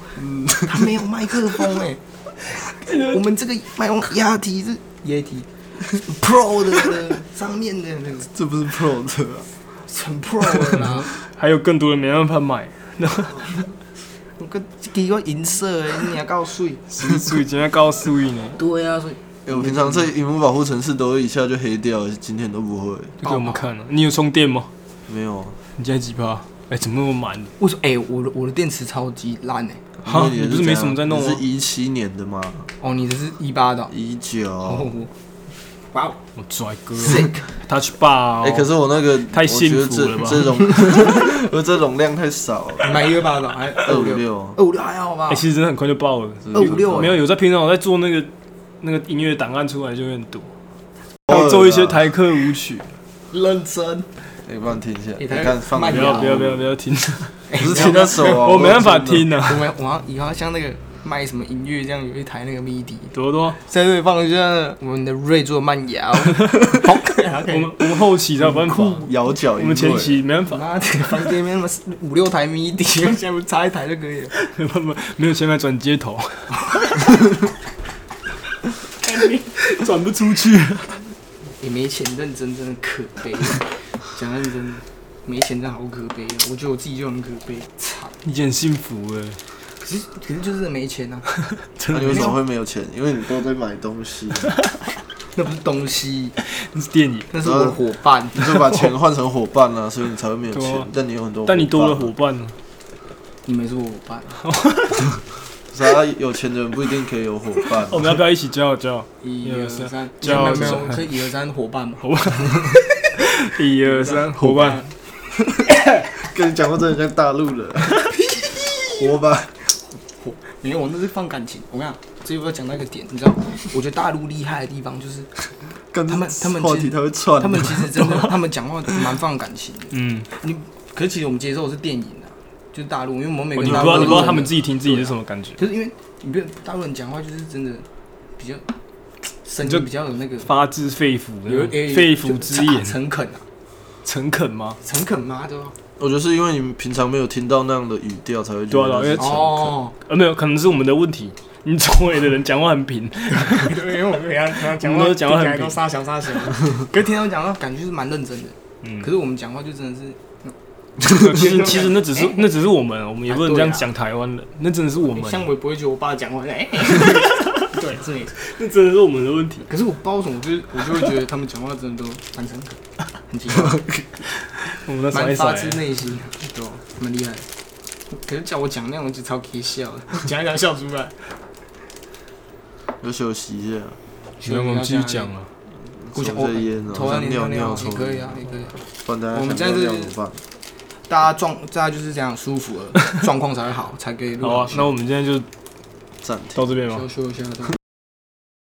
[SPEAKER 4] 他没有麦克风 哎。我们这个麦克风压题是压题 Pro 的的上面的那个
[SPEAKER 1] 这不是 Pro 的啊，
[SPEAKER 4] 很 Pro 的啦，
[SPEAKER 2] 还有更多人没办法买，
[SPEAKER 4] 我个给个银色的，你还告诉你？
[SPEAKER 2] 所以今天告诉你呢，
[SPEAKER 4] 对啊，所以
[SPEAKER 1] 哎、我平常这荧幕保护城市都一下就黑掉，今天都不会。
[SPEAKER 2] 就给我们看了。你有充电吗？
[SPEAKER 1] 没有啊，
[SPEAKER 2] 你现在几趴？哎，怎么那么满？
[SPEAKER 4] 为什么？哎，我的我的电池超级烂哎。
[SPEAKER 2] 哈
[SPEAKER 1] 因为
[SPEAKER 2] 你不是
[SPEAKER 1] 这样
[SPEAKER 2] 没什么在弄吗哦
[SPEAKER 1] 你是一七年的吗？
[SPEAKER 4] 哦，你这是一八的哦。
[SPEAKER 1] 一九。
[SPEAKER 4] 哦，哇哦
[SPEAKER 2] 我拽哥
[SPEAKER 4] ，sick！
[SPEAKER 2] ，Touch Bar 哦。
[SPEAKER 1] 哎、可是我那个
[SPEAKER 2] 太
[SPEAKER 1] 我
[SPEAKER 2] 幸
[SPEAKER 1] 觉得
[SPEAKER 2] 福
[SPEAKER 1] 这
[SPEAKER 2] 了吧
[SPEAKER 1] 这种， 我这种量太少了，
[SPEAKER 4] 买一个八的，还
[SPEAKER 1] 二五，六啊。
[SPEAKER 4] 二五六还好吧
[SPEAKER 2] 哎，？其实真的很快就爆了。
[SPEAKER 1] 是
[SPEAKER 4] 二五六
[SPEAKER 2] 没有有在平常我在做那个那个音乐档案出来就会很多，
[SPEAKER 1] 偶尔
[SPEAKER 2] 要
[SPEAKER 1] 啦
[SPEAKER 2] 做一些台客舞曲。
[SPEAKER 4] 认真。
[SPEAKER 1] 哎，帮你听一下，你
[SPEAKER 4] 台
[SPEAKER 1] 看放
[SPEAKER 4] 慢
[SPEAKER 2] 不
[SPEAKER 4] 点
[SPEAKER 2] 要不要不要不要听，
[SPEAKER 1] 不是听那首啊，
[SPEAKER 2] 我没办法
[SPEAKER 1] 真的。
[SPEAKER 2] 听啊。
[SPEAKER 4] 我们我要以后要像那个卖什么音乐这样，有一台那个 MIDI，
[SPEAKER 2] 多多，
[SPEAKER 4] 在这里放一下我们的瑞做慢 摇。好可爱，
[SPEAKER 2] 我们我们后期才有办法，
[SPEAKER 1] 摇脚
[SPEAKER 2] 我
[SPEAKER 1] 音
[SPEAKER 2] 们前
[SPEAKER 1] 乐
[SPEAKER 2] 期没办法，
[SPEAKER 4] 妈的，房间里面他妈五六台 MIDI，现在不插一台就可以了。
[SPEAKER 2] 没办法没有钱买转接头， 转不出去。
[SPEAKER 4] 也没钱，认真真的可悲。讲认真的，没钱真的好可悲啊！我觉得我自己就很可悲，惨。
[SPEAKER 2] 你很幸福哎，
[SPEAKER 4] 可是可是就是没钱啊，
[SPEAKER 1] 那你为什 么会没有钱？因为你都在买东西，
[SPEAKER 4] 那不是东西，
[SPEAKER 2] 那是电影，
[SPEAKER 4] 那是我的伙伴。
[SPEAKER 1] 你就把钱换成伙伴了、所以你才会没有
[SPEAKER 2] 对啊
[SPEAKER 1] 钱。但你有很多，
[SPEAKER 2] 但你多了伙，伴呢。
[SPEAKER 4] 你们是我伙伴，
[SPEAKER 1] 所以他有钱的人不一定可以有伙 伴。啊
[SPEAKER 2] 我们要不要一起叫叫？
[SPEAKER 4] 一
[SPEAKER 2] 一
[SPEAKER 4] 二
[SPEAKER 2] 二三
[SPEAKER 4] 三，没
[SPEAKER 2] 叫
[SPEAKER 4] 有没
[SPEAKER 2] 叫
[SPEAKER 4] 有，可以一二 三伙伴嘛？
[SPEAKER 2] 一二
[SPEAKER 4] 啊
[SPEAKER 2] 三，伙伴，
[SPEAKER 1] 跟你讲话真的像大陆 人，伙伴。
[SPEAKER 4] 没有，我那是放感情。我跟你讲，这又要讲到一个点，你知道，我觉得大陆厉害的地方就是，
[SPEAKER 1] 跟
[SPEAKER 4] 他们他们
[SPEAKER 1] 话
[SPEAKER 4] 其
[SPEAKER 1] 题
[SPEAKER 4] 实
[SPEAKER 1] 他会串，
[SPEAKER 4] 他们其实真的，他们讲话蛮放感情的。
[SPEAKER 2] 嗯，
[SPEAKER 4] 可是其实我们接受的是电影啊，就是大陆，因为我们每
[SPEAKER 2] 哦你
[SPEAKER 4] 个
[SPEAKER 2] 不知
[SPEAKER 4] 人大
[SPEAKER 2] 道
[SPEAKER 4] 陆
[SPEAKER 2] 你不知道他
[SPEAKER 4] 人
[SPEAKER 2] 们自己听自己是什么感觉，
[SPEAKER 4] 就是因为你不大陆人讲话就是真的比较声
[SPEAKER 2] 就
[SPEAKER 4] 音比较有那个
[SPEAKER 2] 发自肺腑那
[SPEAKER 4] 有
[SPEAKER 2] 种，
[SPEAKER 4] 有
[SPEAKER 2] 肺腑之
[SPEAKER 4] 就
[SPEAKER 2] 言，
[SPEAKER 4] 诚恳啊，
[SPEAKER 2] 诚恳吗？
[SPEAKER 4] 诚恳吗？对吧？
[SPEAKER 1] 我觉得是因为你们平常没有听到那样的语调，才会觉
[SPEAKER 2] 对
[SPEAKER 1] 得
[SPEAKER 2] 啊对啊因为
[SPEAKER 1] 诚恳
[SPEAKER 4] 哦，
[SPEAKER 2] 呃，没有，可能是我们的问题。你周围的人讲话很平，
[SPEAKER 4] 因为我们平常
[SPEAKER 2] 讲话我们都讲话很平听起来都
[SPEAKER 4] 沙小沙小，可是听他们讲话感觉是蛮认真的，
[SPEAKER 2] 嗯
[SPEAKER 4] 可，是我们讲话就真的是
[SPEAKER 2] 其实其实那只是那只是我们，我们也不能这样
[SPEAKER 4] 啊对啊
[SPEAKER 2] 讲台湾人，那真的哎是我们，
[SPEAKER 4] 像我哎也不会觉得我爸讲话哎， 对，是你。
[SPEAKER 2] 那真的是我们的问题。
[SPEAKER 4] 可是我不知道为什么，我就是我就会觉得他们讲话真的都蛮诚恳，很奇怪。
[SPEAKER 2] 我们在甩一
[SPEAKER 4] 蛮
[SPEAKER 2] 甩
[SPEAKER 4] 发自，内心，对、啊，蛮厉害的。可是叫我讲那种就超可以笑的，讲一讲笑出来。
[SPEAKER 1] 要休息一下，
[SPEAKER 2] 行，我们继续讲了。
[SPEAKER 4] 顾
[SPEAKER 1] 抽
[SPEAKER 4] 讲
[SPEAKER 1] 个烟啊，
[SPEAKER 4] 头啊，
[SPEAKER 1] 想
[SPEAKER 4] 你
[SPEAKER 1] 尿
[SPEAKER 4] 尿
[SPEAKER 1] 尿
[SPEAKER 4] 尿
[SPEAKER 1] 抽
[SPEAKER 4] 也
[SPEAKER 1] 个
[SPEAKER 4] 可以
[SPEAKER 1] 烟
[SPEAKER 4] 啊，也可以、啊。
[SPEAKER 1] 不然大家
[SPEAKER 4] 我们
[SPEAKER 1] 想尿
[SPEAKER 4] 这
[SPEAKER 1] 尿
[SPEAKER 4] 样
[SPEAKER 1] 怎
[SPEAKER 4] 子
[SPEAKER 1] 么办？
[SPEAKER 4] 大家状，大家就是这样舒 服了，状况才会好，才可以录。啊
[SPEAKER 2] 好啊，那我们今天就
[SPEAKER 1] 暂停。
[SPEAKER 2] 到这边吧
[SPEAKER 4] 休。休休。